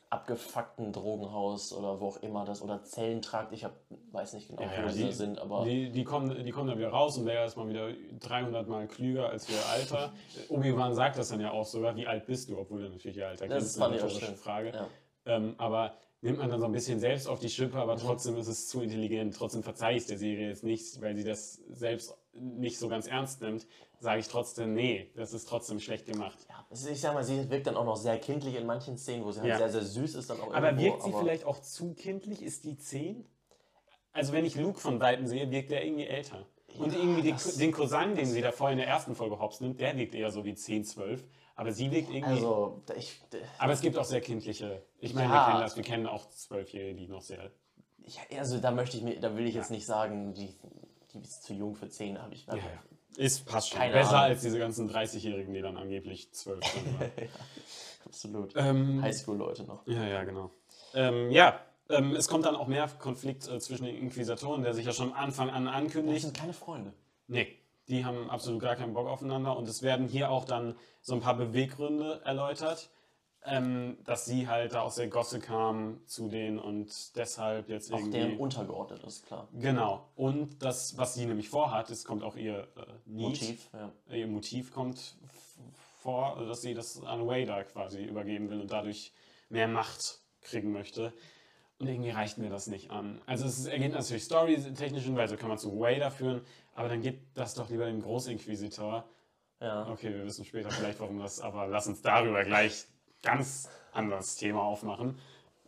A: abgefuckten Drogenhaus oder wo auch immer das oder Zellentrakt. Ich hab, weiß nicht genau,
B: Ja,
A: wo sie
B: die-
A: da sind, aber
B: Die, die, kommen, die kommen dann wieder raus und der ist mal wieder 300 Mal klüger als wir Alter. Obi-Wan sagt das dann ja auch sogar, wie alt bist du, obwohl er natürlich ihr Alter
A: Das
B: kennt, ist
A: fand
B: eine
A: ich auch
B: rhetorische
A: schön.
B: Frage.
A: Ja.
B: Ähm, aber nimmt man dann so ein bisschen selbst auf die Schippe, aber
A: Mhm.
B: trotzdem ist es zu intelligent. Trotzdem verzeihe ich der Serie jetzt nicht, weil sie das selbst nicht so ganz ernst nimmt. Sage ich trotzdem, nee, das ist trotzdem schlecht gemacht.
A: ja, es ist- Also ich sag mal, sie wirkt dann auch noch sehr kindlich in manchen Szenen, wo sie halt
B: Ja.
A: sehr, sehr süß ist dann auch
B: Aber
A: irgendwo,
B: wirkt sie vielleicht auch zu kindlich? Ist die 10? Also wenn ich Luke von Weitem sehe, wirkt er irgendwie älter. Und irgendwie die,
A: das-
B: den Cousin, den sie da vorher in der ersten Folge hops nimmt, der wirkt eher so wie 10, 12. Aber sie wirkt irgendwie...
A: Also, ich,
B: aber es gibt auch sehr kindliche... Ich meine,
A: Ja.
B: wir kennen das. Wir kennen auch Zwölfjährige, die noch sehr...
A: ich, also da möchte ich mir, da will ich jetzt
B: Ja.
A: nicht sagen, die, die ist zu jung für 10, habe ich.
B: Ja, ja. Ist passt schon.
A: Keine
B: Besser
A: Ahnung.
B: als diese ganzen 30-Jährigen, die dann angeblich 12 sind. oder?
A: Absolut.
B: ähm,
A: Highschool-Leute noch.
B: Ja, ja, genau. Ähm, ja, ähm, es kommt dann auch mehr Konflikt äh, zwischen den Inquisitoren, der sich ja schon am Anfang an
A: Die
B: ankündigt.
A: sind keine Freunde.
B: Nee, die haben absolut gar keinen Bock aufeinander und es werden hier auch dann so ein paar Beweggründe erläutert, ähm, dass sie halt da aus der Gosse kamen zu denen und deshalb jetzt
A: Auch deren
B: irgendwie...
A: untergeordnet ist, klar.
B: Genau. Und das, was sie nämlich vorhat, es kommt auch ihr äh, Need,
A: Motiv, ja.
B: ihr Motiv kommt f- vor, also dass sie das an Wader quasi übergeben will und dadurch mehr Macht kriegen möchte. Und irgendwie reicht mir das nicht an. Also es ist- ergeht natürlich storytechnisch hin, weil so kann man zu Wader führen, aber dann geht das doch lieber dem Großinquisitor.
A: ja.
B: Okay, wir wissen später vielleicht, warum das, aber lass uns darüber gleich ganz anderes Thema aufmachen.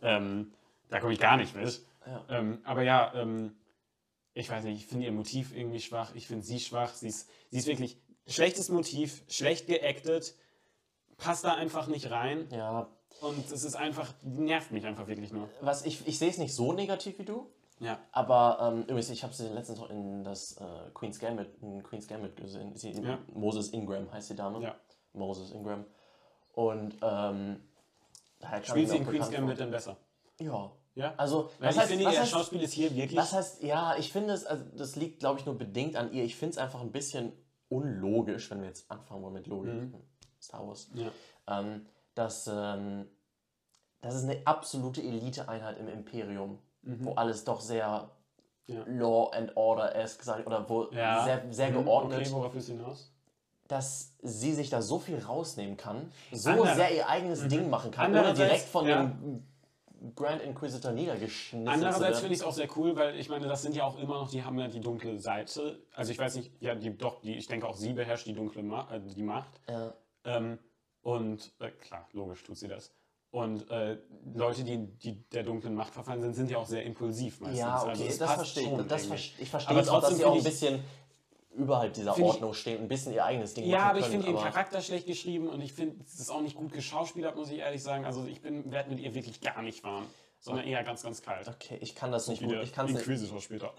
B: Ähm, da komme ich gar nicht mit.
A: Ja.
B: Ähm, aber ja, ähm, ich weiß nicht, ich finde ihr Motiv irgendwie schwach, ich finde sie schwach, sie ist, sie ist wirklich schlechtes Motiv, schlecht geactet, passt da einfach nicht rein
A: Ja,
B: und es ist einfach, die nervt mich einfach wirklich nur.
A: was ich, ich sehe es nicht so negativ wie du,
B: Ja.
A: aber ähm, übrigens, ich habe sie letztens auch in das äh, Queen's Gambit, in Queen's Gambit gesehen. Sie,
B: Ja.
A: Moses Ingram heißt die Dame.
B: Ja.
A: Moses Ingram. Und ähm, daher kam
B: Spielt
A: mir
B: sie in
A: auch
B: Queen's
A: bekannt
B: Gambit dann besser?
A: vor. Ja.
B: Ja.
A: Also,
B: Weil
A: was
B: ich
A: heißt,
B: finde,
A: was
B: ihr
A: heißt,
B: Schauspiel ist hier wirklich.
A: was heißt, ja, ich finde es, also das liegt, glaube ich, nur bedingt an ihr. Ich finde es einfach ein bisschen unlogisch, wenn wir jetzt anfangen wollen mit Logik. Star Wars.
B: Mhm. Ja.
A: Ähm, dass, ähm, das ist eine absolute Eliteeinheit im Imperium, wo alles doch sehr
B: Mhm. Ja.
A: Law and Order esque sag ich, oder wo
B: Ja.
A: sehr, sehr
B: Mhm,
A: geordnet,
B: Okay, worauf willst du hinaus?
A: dass sie sich da so viel rausnehmen kann, so
B: Ander-
A: sehr ihr eigenes Ding machen kann, ohne
B: Mhm. Andererseits-
A: direkt von
B: ja.
A: dem Grand Inquisitor niedergeschnitten zu
B: Andererseits finde
A: werden.
B: ich es auch sehr cool, weil ich meine, das sind ja auch immer noch, die haben ja die dunkle Seite. Also ich weiß nicht, ja, die, doch, die, ich denke auch sie beherrscht die dunkle Ma äh, die Macht.
A: Ja.
B: Ähm, und äh, klar, logisch tut sie das. Und äh, Leute, die, die der dunklen Macht verfallen sind, sind ja auch sehr impulsiv meistens.
A: Ja, okay,
B: Also es
A: das
B: passt
A: verstehe ich.
B: schon
A: Das
B: irgendwie.
A: verste- ich verstehe
B: Aber
A: jetzt auch, dass
B: trotzdem
A: sie auch
B: finde
A: ein
B: ich-
A: bisschen überhalb dieser
B: Finde ich-
A: Ordnung stehen und ein bisschen ihr eigenes Ding
B: Ja,
A: machen
B: aber ich
A: können,
B: finde ihren Charakter schlecht geschrieben und ich finde, es ist auch nicht gut geschauspielert, muss ich ehrlich sagen. Also ich bin werde mit ihr wirklich gar nicht warm, sondern eher ganz, ganz kalt.
A: Okay, ich kann das nicht
B: Wie
A: gut.
B: der
A: Ich kann es nicht.
B: Inquisitor später.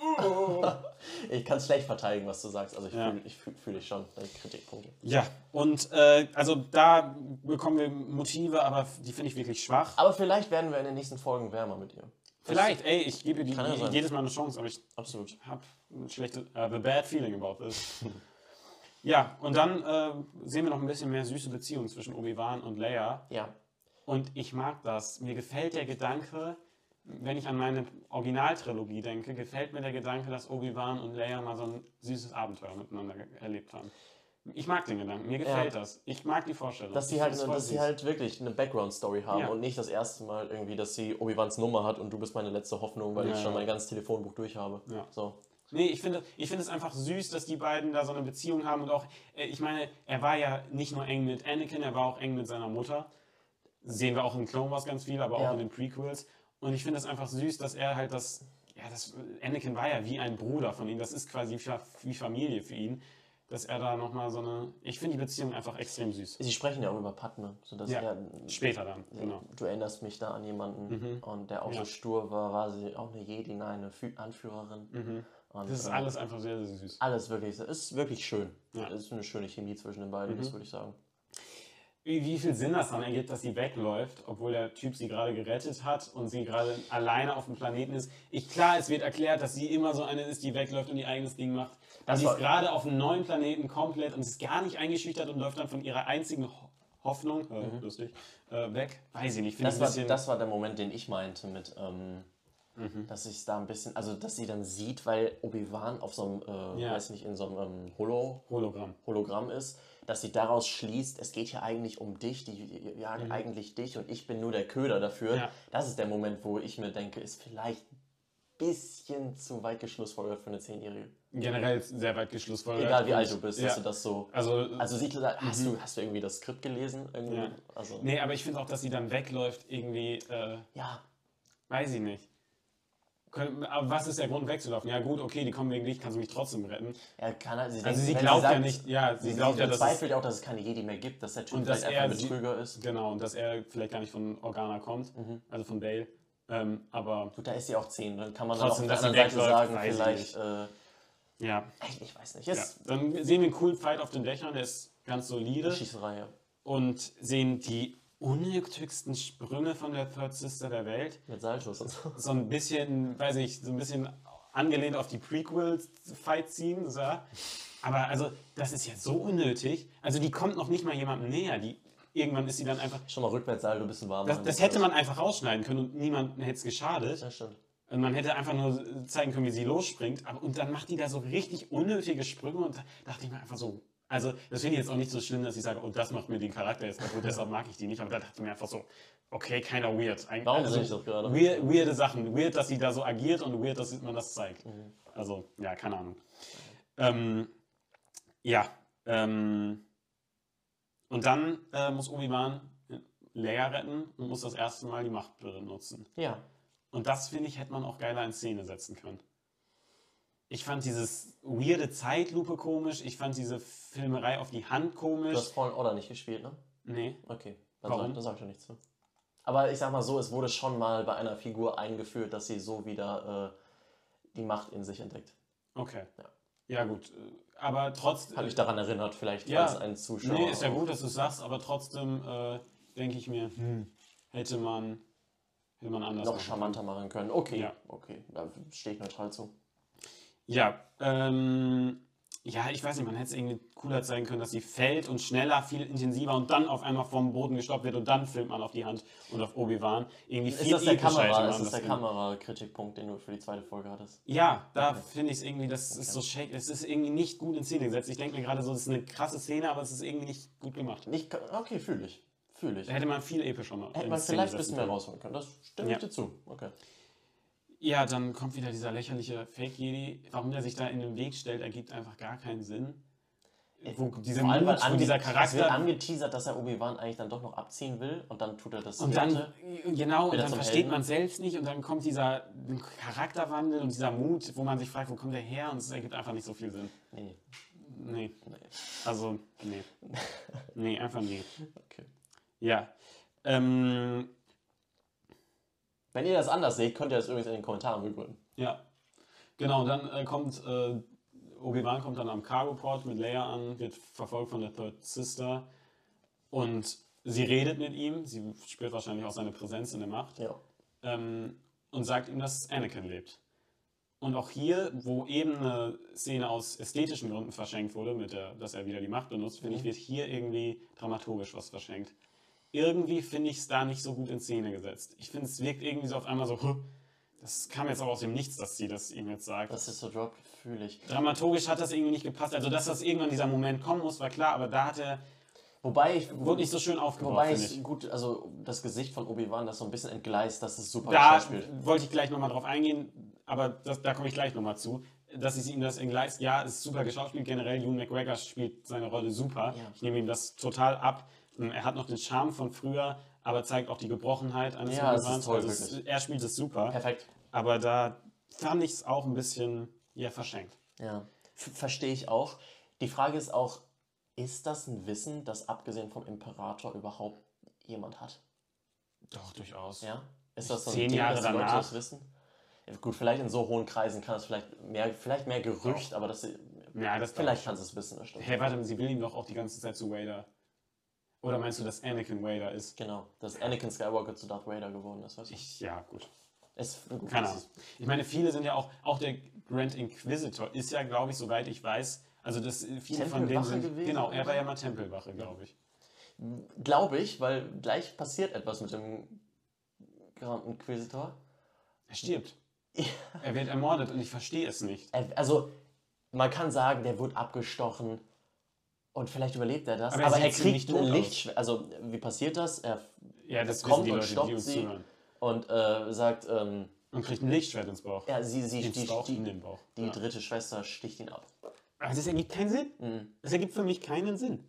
A: Ich kann es schlecht verteidigen, was du sagst. Also ich
B: Ja.
A: fühle ich fühl, fühl dich schon, deine Kritikpunkte.
B: Ja, und äh, also da bekommen wir Motive, aber die finde ich wirklich schwach.
A: Aber vielleicht werden wir in den nächsten Folgen wärmer mit ihr.
B: Vielleicht, ey, ich gebe die,
A: Kann ja sein.
B: jedes Mal eine Chance, aber ich
A: Absolut.
B: habe ein schlechtes, I have a bad feeling about this. ja, und dann äh, sehen wir noch ein bisschen mehr süße Beziehungen zwischen Obi-Wan und Leia.
A: Ja.
B: Und ich mag das. Mir gefällt der Gedanke, wenn ich an meine Originaltrilogie denke, gefällt mir der Gedanke, dass Obi-Wan und Leia mal so ein süßes Abenteuer miteinander ge- erlebt haben. Ich mag den Gedanken, mir gefällt das. Ich mag die Vorstellung.
A: Dass
B: Ich
A: sie halt,
B: find's
A: eine,
B: voll
A: dass sie
B: süß.
A: halt wirklich eine Background-Story haben
B: Ja.
A: und nicht das erste Mal irgendwie, dass sie Obi-Wans Nummer hat und du bist meine letzte Hoffnung, weil
B: Ja,
A: ich schon
B: ja.
A: mein ganzes Telefonbuch durch habe.
B: Ja.
A: So.
B: Nee, ich finde, ich finde es einfach süß, dass die beiden da so eine Beziehung haben und auch, äh, ich meine, er war ja nicht nur eng mit Anakin, er war auch eng mit seiner Mutter. Sehen wir auch in Clone Wars ganz viel, aber
A: Ja.
B: auch in den Prequels. Und ich finde es einfach süß, dass er halt das, ja, das, Anakin war ja wie ein Bruder von ihm, das ist quasi fa- wie Familie für ihn, dass er da nochmal so eine, ich finde die Beziehung einfach extrem süß.
A: Sie sprechen ja auch über Padme, sodass
B: Ja.
A: er.
B: Später dann, genau. Mhm.
A: Du erinnerst mich da an jemanden und der auch so
B: Ja.
A: stur war, war sie auch eine Jedi, nein, eine Fü Anführerin. Und,
B: Mhm. Das ist
A: äh,
B: alles einfach sehr, sehr süß.
A: Alles wirklich, ist wirklich schön.
B: Ja. Mhm.
A: Es ist eine schöne Chemie zwischen den beiden, das würde ich sagen.
B: wie, wie viel Sinn das dann ergibt, dass sie wegläuft, obwohl der Typ sie gerade gerettet hat und sie gerade alleine auf dem Planeten ist. Ich, klar, es wird erklärt, dass sie immer so eine ist, die wegläuft und ihr eigenes Ding macht.
A: Das
B: sie
A: war-
B: ist gerade auf einem neuen Planeten komplett und ist gar nicht eingeschüchtert und läuft dann von ihrer einzigen Ho- Hoffnung, äh, lustig, äh, weg. Weiß ich nicht, finde
A: Das
B: ich
A: war,
B: ein bisschen. Mhm.
A: das war der Moment, den ich meinte mit, ähm, dass ich da ein bisschen, also dass sie dann sieht, weil Obi-Wan auf so einem, äh,
B: Ja.
A: weiß nicht, in so einem ähm, Holo,
B: Hologramm.
A: Hologramm ist, dass sie daraus schließt, es geht hier eigentlich um dich, die- die die jagen eigentlich dich und ich bin nur der Köder dafür.
B: Mhm. Ja.
A: Das ist der Moment, wo ich mir denke, ist vielleicht ein bisschen zu weit geschlussfolgert für eine Zehnjährige.
B: Generell ist sehr weit geschlussfolgert.
A: Egal wie
B: Und-
A: alt du bist, dass
B: ja.
A: du das so.
B: Also,
A: Also sie, hast, du, hast du irgendwie das Skript gelesen? Irgendwie?
B: Ja.
A: Also,
B: nee, aber ich finde auch, dass sie dann wegläuft, irgendwie, äh,
A: ja,
B: weiß ich nicht. Können, aber was ist der Grund wegzulaufen? Ja, gut, okay, die kommen wegen dich, kannst du mich trotzdem retten.
A: er kann halt, sie,
B: Also, sie
A: wenn
B: glaubt ja
A: sagt-
B: nicht, ja, sie,
A: Sie,
B: glaubt ja, dass. Es,
A: zweifelt ja auch, dass es keine Jedi mehr gibt, dass der Typ
B: Und dass
A: vielleicht einfach ein
B: er sie-
A: Betrüger ist.
B: genau, und dass er vielleicht gar nicht von Organa kommt, also von Bale. Ähm, aber,
A: Gut, da ist sie auch 10, dann kann man
B: Trotzdem,
A: dann
B: dass
A: auf
B: sie
A: der anderen Seite
B: wegläuft,
A: sagen,
B: weiß ich
A: vielleicht, äh,
B: ja.
A: ich, ich weiß nicht,
B: ja.
A: ist
B: Dann sehen wir einen coolen Fight auf den Dächern, der ist ganz solide.
A: Schießerei. ja.
B: Und sehen die unnötigsten Sprünge von der Third Sister der Welt.
A: Mit Saltos und so.
B: so ein bisschen, weiß ich, so ein bisschen angelehnt auf die Prequel-Fight-Scenes, ja. Aber also, das ist jetzt so unnötig. Also, die kommt noch nicht mal jemandem näher. Die, irgendwann ist sie dann einfach.
A: Schon mal Rückwärtssalto, ein bisschen warm.
B: Das, das hätte man einfach rausschneiden können und niemandem hätte es geschadet.
A: Ja, stimmt.
B: Und man hätte einfach nur zeigen können, wie sie losspringt. Aber, und dann macht die da so richtig unnötige Sprünge und da dachte ich mir einfach so. Also, das finde ich jetzt auch nicht so schlimm, dass ich sage, oh, das macht mir den Charakter jetzt kaputt, deshalb mag ich die nicht. Aber da dachte ich mir einfach so, okay, keiner weird. Eigentlich-
A: Warum sehe ich das gerade?
B: Weir- weirde Sachen. Weird, dass sie da so agiert und weird, dass man das zeigt.
A: Mhm.
B: Also, ja, keine Ahnung. Ähm, ja. Ähm, und dann äh, muss Obi-Wan äh, Leia retten und muss das erste Mal die Macht benutzen.
A: Ja,
B: Und das, finde ich, hätte man auch geiler in Szene setzen können. Ich fand dieses weirde Zeitlupe komisch. Ich fand diese Filmerei auf die Hand
A: du
B: komisch.
A: hast Fallen Order nicht gespielt, ne?
B: nee.
A: Okay, dann
B: Warum?
A: sag, dann sag ich doch nichts zu. Aber ich sag mal so, es wurde schon mal bei einer Figur eingeführt, dass sie so wieder äh, die Macht in sich entdeckt.
B: Okay.
A: Ja.
B: Ja, gut. äh, Aber trotz.
A: Hat mich daran erinnert, vielleicht
B: Ja.
A: als ein Zuschauer.
B: Nee, ist ja gut, dass du es sagst, aber trotzdem äh, denke ich mir, hm, hätte man, hätte man anders.
A: noch
B: machen
A: charmanter machen können. Okay,
B: Ja.
A: okay, da stehe ich neutral zu.
B: können. Ja, ähm, ja, ich weiß nicht, man hätte es irgendwie cooler zeigen können, dass sie fällt und schneller, viel intensiver und dann auf einmal vom Boden gestoppt wird und dann filmt man auf die Hand und auf Obi-Wan. Irgendwie
A: Ist das der
B: epischer hätte
A: Kamera?
B: man
A: Ist das der
B: gemacht.
A: Kamera-Kritikpunkt, den du für die zweite Folge hattest?
B: Ja, da finde ich es irgendwie, das ist so shake, es ist irgendwie nicht gut in Szene gesetzt. Ich denke mir gerade so, das ist eine krasse Szene, aber es ist irgendwie nicht gut gemacht.
A: Nicht, okay, fühle ich. Fühle ich.
B: Da hätte man viel epischer mal.
A: Hätte
B: in
A: man vielleicht
B: Szene
A: ein
B: setzen
A: bisschen mehr rausholen können. Das stimme
B: Ja.
A: ich dir zu. Okay.
B: Ja, dann kommt wieder dieser lächerliche Fake-Jedi. Warum der sich da in den Weg stellt, ergibt einfach gar keinen Sinn. Wo diese
A: Äh, Vor allem, weil
B: Mut, wo dieser
A: ange- es wird
B: Charakter.
A: angeteasert, dass er Obi-Wan eigentlich dann doch noch abziehen will und dann tut er das.
B: Und dann,
A: Werte.
B: genau, und
A: Wieder
B: dann
A: zum
B: versteht
A: Helden.
B: man selbst nicht und dann kommt dieser Charakterwandel und dieser Mut, wo man sich fragt, wo kommt der her und es ergibt einfach nicht so viel Sinn.
A: Nee, nee.
B: Nee. Also, nee. Nee, einfach nee.
A: Okay.
B: Ja. Ähm,
A: Wenn ihr das anders seht, könnt ihr das übrigens in den Kommentaren begründen.
B: Ja, genau. Dann äh, kommt äh, Obi-Wan kommt dann am Cargo-Port mit Leia an, wird verfolgt von der Third Sister und sie redet mit ihm. Sie spürt wahrscheinlich auch seine Präsenz in der Macht
A: Ja.
B: ähm, und sagt ihm, dass Anakin lebt. Und auch hier, wo eben eine Szene aus ästhetischen Gründen verschenkt wurde, mit der, dass er wieder die Macht benutzt, finde
A: Mhm.
B: ich, wird hier irgendwie dramaturgisch was verschenkt. Irgendwie finde ich es da nicht so gut in Szene gesetzt. Ich finde, es wirkt irgendwie so auf einmal so, "Huh, das kam jetzt auch aus dem Nichts, dass sie das ihm jetzt sagt.
A: Das ist so drop, fühle ich.
B: Dramaturgisch hat das irgendwie nicht gepasst. Also, dass das irgendwann dieser Moment kommen muss, war klar, aber da hat er,
A: Wobei ich.
B: wurde nicht so schön aufgebaut,
A: Wobei
B: finde
A: ich
B: ich.
A: gut, also das Gesicht von Obi-Wan, das so ein bisschen entgleist, das ist super
B: Da
A: gespielt.
B: wollte ich gleich nochmal drauf eingehen, aber das, da komme ich gleich nochmal zu. Dass ich ihm das entgleist, ja, ist super geschauspielt. Generell, Ewan McGregor spielt seine Rolle super.
A: Ja.
B: Ich nehme ihm das total ab. Ähm, Er hat noch den Charme von früher, aber zeigt auch die Gebrochenheit eines
A: Ja, es ist
B: Obi-Wans.
A: toll,
B: also es,
A: wirklich.
B: er spielt es super.
A: Perfekt.
B: Aber da fand ich es auch ein bisschen ja, verschenkt.
A: Ja, F- verstehe ich auch. Die Frage ist auch, ist das ein Wissen, das abgesehen vom Imperator überhaupt jemand hat?
B: Doch, durchaus.
A: Ja? Ist das so ein
B: Zehn
A: Ding,
B: Jahre
A: dass die Leute
B: danach?
A: das wissen? Ja, Gut, vielleicht in so hohen Kreisen kann es vielleicht mehr, vielleicht mehr Gerücht, aber das,
B: Ja, das glaube ich.
A: vielleicht kann es es wissen, das stimmt.
B: Hey, warte, sie will ihm doch auch die ganze Zeit zu Vader. Oder meinst du, dass Anakin Vader ist?
A: Genau, dass Anakin Skywalker zu Darth Vader geworden ist, weißt du?
B: Ich, ja, gut.
A: Es, gut,
B: Keine
A: es
B: Ahnung.
A: ist-
B: Ich meine, viele sind ja auch, auch der Grand Inquisitor ist ja, glaube ich, soweit ich weiß, also das viele von denen
A: Tempelwache
B: sind,
A: gewesen
B: genau, er
A: oder
B: war
A: so?
B: ja mal Tempelwache, glaube ich.
A: Glaube ich, weil gleich passiert etwas mit dem Grand Inquisitor.
B: Er stirbt.
A: Ja.
B: Er wird ermordet und ich verstehe es nicht.
A: Er- Also, man kann sagen, der wird abgestochen und vielleicht überlebt er das.
B: Aber
A: Aber
B: er
A: er,
B: sieht sie
A: kriegt
B: nicht tot
A: ein
B: aus.
A: Licht. Also, wie passiert das? Er
B: Ja, das
A: kommt
B: wissen die
A: und
B: Leute,
A: stoppt
B: die uns
A: sie.
B: zuhören.
A: und äh, sagt, ähm,
B: Und kriegt ein Lichtschwert ins Bauch.
A: ja, sie, sie,
B: ins
A: die,
B: Bauch, in
A: die,
B: den Bauch.
A: die
B: ja.
A: dritte Schwester sticht ihn ab.
B: Also es ergibt keinen Sinn.
A: Mhm.
B: Es ergibt für mich keinen Sinn.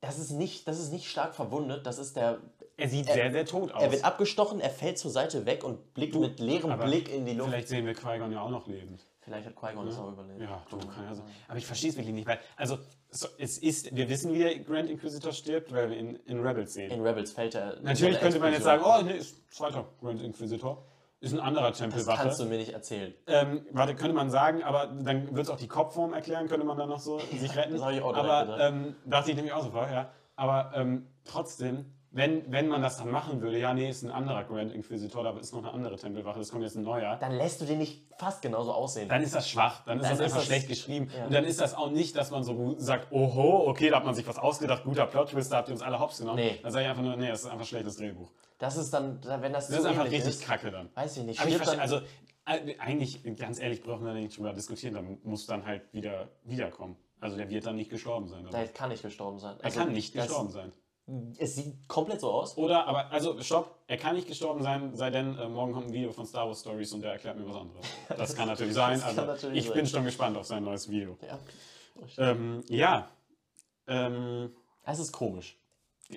A: Das ist nicht, das ist nicht stark verwundet. Das ist der.
B: Er sieht sehr, sehr tot aus.
A: Er wird abgestochen, er fällt zur Seite weg und blickt mit leerem
B: aber
A: Blick in die Luft. Vielleicht,
B: Vielleicht sehen wir Qui-Gon ja auch noch lebend.
A: hat Qui-Gon es noch überlebt.
B: Ja, du kann ja sein. Aber ich verstehe es wirklich nicht, weil, also, so, es ist, wir wissen, wie der Grand Inquisitor stirbt, weil wir ihn in Rebels sehen.
A: In Rebels fällt er.
B: Natürlich könnte man jetzt sagen, oh, nee, ist ein zweiter Grand Inquisitor. Ist ein anderer
A: das kannst
B: Tempelwache.
A: du mir nicht erzählen.
B: Ähm, warte, könnte man sagen, aber dann wird es auch die Kopfform erklären, könnte man dann noch so sich retten.
A: das hab ich auch direkt
B: aber
A: gedacht.
B: ähm, dachte ich nämlich auch sofort, ja. Aber ähm, trotzdem, wenn, wenn man das dann machen würde, ja, nee, ist ein anderer Grand Inquisitor, da ist noch eine andere Tempelwache, das kommt jetzt ein neuer.
A: Dann lässt du den nicht fast genauso aussehen.
B: dann ist das schwach, dann ist
A: Dann
B: das
A: ist
B: einfach
A: das-
B: schlecht geschrieben.
A: ja.
B: Und dann ist das auch nicht, dass man so gut sagt, oho, okay, da hat man sich was ausgedacht, guter Plot-Twist, da habt ihr uns alle hops genommen.
A: Nee.
B: Dann sage ich einfach nur, nee, das ist einfach schlechtes Drehbuch.
A: Das ist dann, wenn das,
B: Das ist einfach richtig kacke dann.
A: Weiß ich nicht.
B: Aber ich
A: stirbt
B: verstehe,
A: dann-
B: also äh, eigentlich, ganz ehrlich, brauchen wir da nicht drüber diskutieren, dann muss dann halt wieder wiederkommen. Also der wird dann nicht gestorben sein. Oder?
A: der kann nicht gestorben sein. Also,
B: Er kann nicht
A: das-
B: gestorben sein.
A: Es sieht komplett so aus.
B: Oder, aber, also, stopp, er kann nicht gestorben sein, sei denn, äh, morgen kommt ein Video von Star Wars Stories und der erklärt mir was anderes. Das kann natürlich sein,
A: kann
B: also,
A: natürlich
B: ich
A: sein.
B: bin schon gespannt auf sein neues Video.
A: Ja.
B: Ähm, ja. Ähm,
A: Es ist komisch.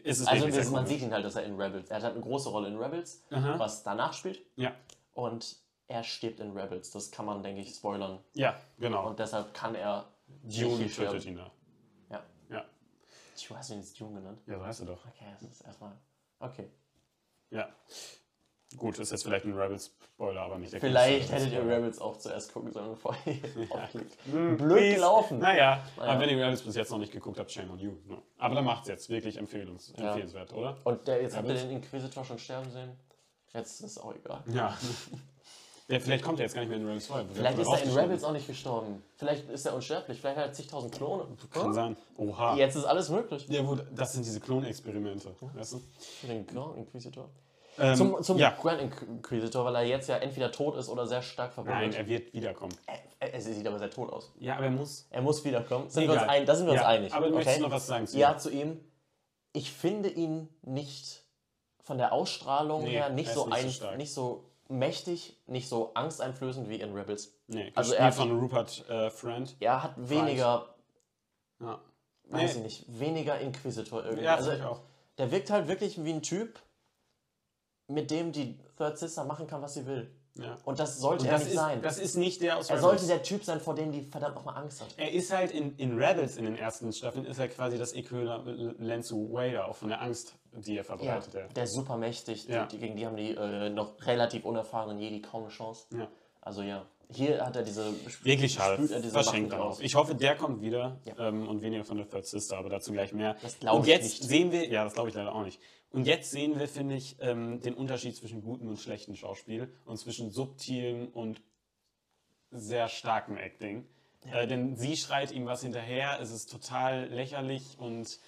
B: es ist
A: Also
B: wirklich sehr
A: das, man
B: komisch.
A: sieht ihn halt, dass er in Rebels. Er hat halt eine große Rolle in Rebels,
B: Aha.
A: was danach spielt.
B: Ja.
A: Und er stirbt in Rebels. Das kann man, denke ich, spoilern.
B: ja, genau.
A: Und deshalb kann er.
B: Dune
A: nicht sterben.
B: tötet ihn da.
A: Ja.
B: Ja.
A: Ich hast du ihn jetzt Dune genannt.
B: Ja, so heißt er doch.
A: Okay, das ist erstmal. Okay.
B: Ja. Gut, ist jetzt vielleicht ein Rebels-Spoiler, aber nicht der
A: Vielleicht
B: größte
A: hättet ihr
B: Rebels-Spoiler.
A: Rebels auch zuerst gucken sollen, bevor ihr. aufklickt.
B: Hm,
A: Blöd
B: please.
A: gelaufen.
B: Naja,
A: Naja.
B: aber wenn ihr Rebels bis jetzt noch nicht geguckt habt, shame on you. Ne? Aber dann macht's jetzt. Wirklich empfehlungs
A: Ja.
B: empfehlenswert, oder?
A: Und der, jetzt habt ihr
B: Rebels?
A: den Inquisitor schon sterben sehen. Jetzt ist auch egal.
B: Ja. ja. Vielleicht kommt er jetzt gar nicht mehr in Rebels vor.
A: Vielleicht ist er in Rebels auch nicht gestorben. Vielleicht ist er unsterblich. Vielleicht hat er zigtausend Klone. Hm?
B: Kann sein. Oha.
A: Jetzt ist alles möglich.
B: Ja gut, das sind diese Klonexperimente, weißt du?
A: Für den Grand Inquisitor.
B: Ähm,
A: Zum, zum
B: ja.
A: Grand Inquisitor, weil er jetzt ja entweder tot ist oder sehr stark
B: Nein,
A: verwundet.
B: er wird wiederkommen.
A: Er, er Äh, sieht aber sehr tot aus.
B: Ja, aber er muss.
A: Er muss wiederkommen. Sind wir
B: Egal.
A: uns ein, da sind wir
B: ja,
A: uns einig.
B: Aber du möchtest
A: okay?
B: noch was sagen zu
A: ja, zu ihm. Ich finde ihn nicht von der Ausstrahlung
B: Nee,
A: her
B: er
A: nicht
B: ist
A: so,
B: nicht so
A: ein,
B: stark.
A: nicht so mächtig, nicht so angsteinflößend wie in Rebels.
B: Nee,
A: Also
B: also
A: er
B: er
A: hat-
B: von Rupert äh, Friend.
A: Er hat weniger,
B: Ja.
A: weiß
B: Nee.
A: ich nicht, weniger Inquisitor irgendwie.
B: Ja,
A: also,
B: also, ich auch.
A: Der wirkt halt wirklich wie ein Typ, mit dem die Third Sister machen kann, was sie will.
B: Ja.
A: Und das sollte
B: Und
A: er
B: das,
A: nicht
B: ist,
A: sein.
B: das ist nicht der aus
A: er
B: Rebels.
A: sollte der Typ sein, vor dem die verdammt nochmal Angst hat.
B: er ist halt in, in Rebels in den ersten Staffeln, ist er quasi das Äquivalent zu Vader, auch von der Angst, die er
A: Ja,
B: verbreitet. Ja.
A: der ist super mächtig.
B: Ja.
A: Die, die, gegen die haben die äh, noch relativ unerfahrenen Jedi kaum eine Chance.
B: Ja.
A: Also ja, hier hat er diese...
B: Wirklich schade.
A: spült er diese Macht
B: Verschenkt dann
A: mit
B: auch.
A: aus.
B: Ich hoffe, der kommt wieder
A: Ja.
B: ähm, und weniger von der Third Sister, aber dazu gleich mehr.
A: Das glaub
B: und
A: ich
B: jetzt
A: nicht.
B: sehen wir, ja, das glaube ich leider auch nicht. Und jetzt sehen wir, finde ich, ähm, den Unterschied zwischen gutem und schlechtem Schauspiel und zwischen subtilem und sehr starkem Acting. Äh, denn sie schreit ihm was hinterher, es ist total lächerlich und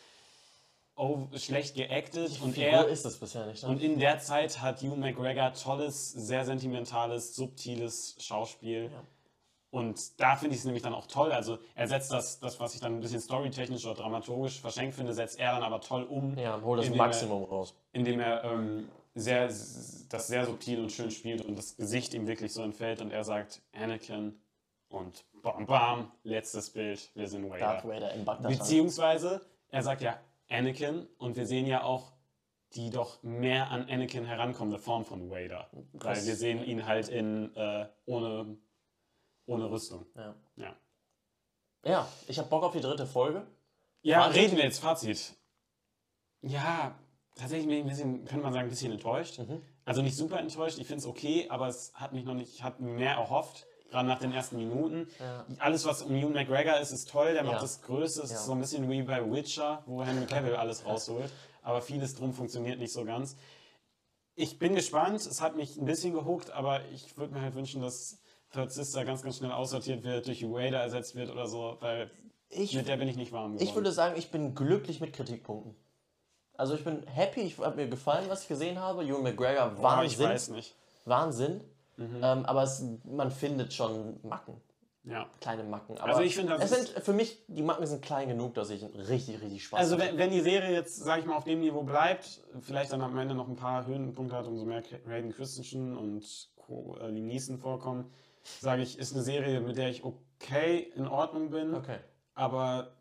B: oh, schlecht geactet und
A: Figur
B: er
A: ist es bisher nicht. Ne?
B: und in der Zeit hat Hugh McGregor tolles, sehr sentimentales, subtiles Schauspiel.
A: Ja.
B: Und da finde ich es nämlich dann auch toll. Also er setzt das, das, was ich dann ein bisschen storytechnisch oder dramaturgisch verschenkt finde, setzt er dann aber toll um.
A: ja, hol das
B: indem er-
A: Maximum raus.
B: Indem er ähm, sehr, s- das sehr subtil und schön spielt und das Gesicht ihm wirklich so entfällt und er sagt, Anakin und bam bam, letztes Bild, wir sind Vader.
A: Darth Vader im Bagdad. halt.
B: Beziehungsweise, er sagt ja Anakin und wir sehen ja auch die doch mehr an Anakin herankommende Form von Vader. Weil
A: Das-
B: wir sehen ihn halt in äh, ohne, ohne Rüstung.
A: Ja.
B: Ja.
A: ja, ich habe Bock auf die dritte Folge.
B: Ja,
A: Fazit?
B: reden wir jetzt Fazit. Ja, tatsächlich bin ich ein bisschen, könnte man sagen, ein bisschen enttäuscht.
A: Mhm.
B: Also nicht super enttäuscht, ich finde es okay, aber es hat mich noch nicht, ich hatte mehr erhofft, gerade nach den ersten Minuten.
A: Ja.
B: Alles, was um Hugh McGregor ist, ist toll, der macht
A: Ja.
B: das Größte, es
A: Ja.
B: ist so ein bisschen wie bei Witcher, wo Henry Cavill alles rausholt, aber vieles drum funktioniert nicht so ganz. Ich bin gespannt, es hat mich ein bisschen gehuckt, aber ich würde mir halt wünschen, dass Third Sister ganz, ganz schnell aussortiert wird, durch Vader ersetzt wird oder so, weil
A: Ich
B: mit der bin ich nicht warm geworden.
A: Ich würde sagen, ich bin glücklich mit Kritikpunkten. Also ich bin happy, ich habe mir gefallen, was ich gesehen habe. Ewan McGregor,
B: Boah, ich
A: Wahnsinn.
B: weiß Mhm. nicht.
A: Wahnsinn. Ähm, aber es, man findet schon Macken,
B: Ja.
A: kleine Macken. Aber
B: Also ich finde,
A: es
B: das
A: sind für mich, die Macken sind klein genug, dass ich richtig, richtig Spaß
B: Also
A: hatte.
B: wenn, wenn die Serie jetzt, sag ich mal, auf dem Niveau bleibt, vielleicht dann am Ende noch ein paar Höhenpunkte hat, umso mehr Raiden Christensen und Co. äh, Liam Neeson vorkommen, sage ich, ist eine Serie, mit der ich okay in Ordnung bin,
A: Okay.
B: aber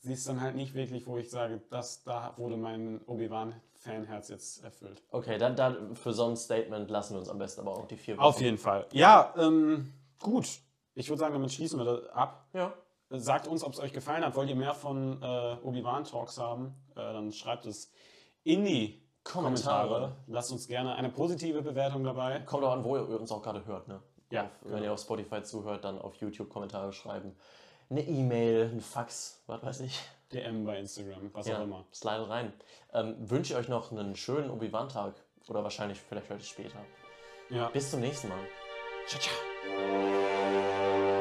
B: sie ist dann halt nicht wirklich, wo ich sage, das, da wurde mein Obi-Wan-Fanherz jetzt erfüllt.
A: Okay, dann, dann für so ein Statement lassen wir uns am besten aber auch die vier Wochen.
B: Auf jeden Fall. Ja, ähm, gut. Ich würde sagen, damit schließen wir das ab.
A: Ja.
B: Sagt uns, ob es euch gefallen hat. Wollt ihr mehr von äh, Obi-Wan-Talks haben? Äh, dann schreibt es in die
A: Kommentare.
B: Kommentare. Lasst uns gerne eine positive Bewertung dabei.
A: Kommt auch an, wo ihr uns auch gerade hört, ne?
B: Ja,
A: Auf, Wenn ihr auf Spotify zuhört, dann auf YouTube Kommentare schreiben. Eine E-Mail, ein Fax, was weiß ich.
B: DM bei Instagram, was auch immer.
A: slide rein. Ähm, wünsche ich euch noch einen schönen Obi-Wan-Tag. Oder wahrscheinlich vielleicht heute später.
B: Ja.
A: Bis zum nächsten Mal.
B: Ciao, ciao.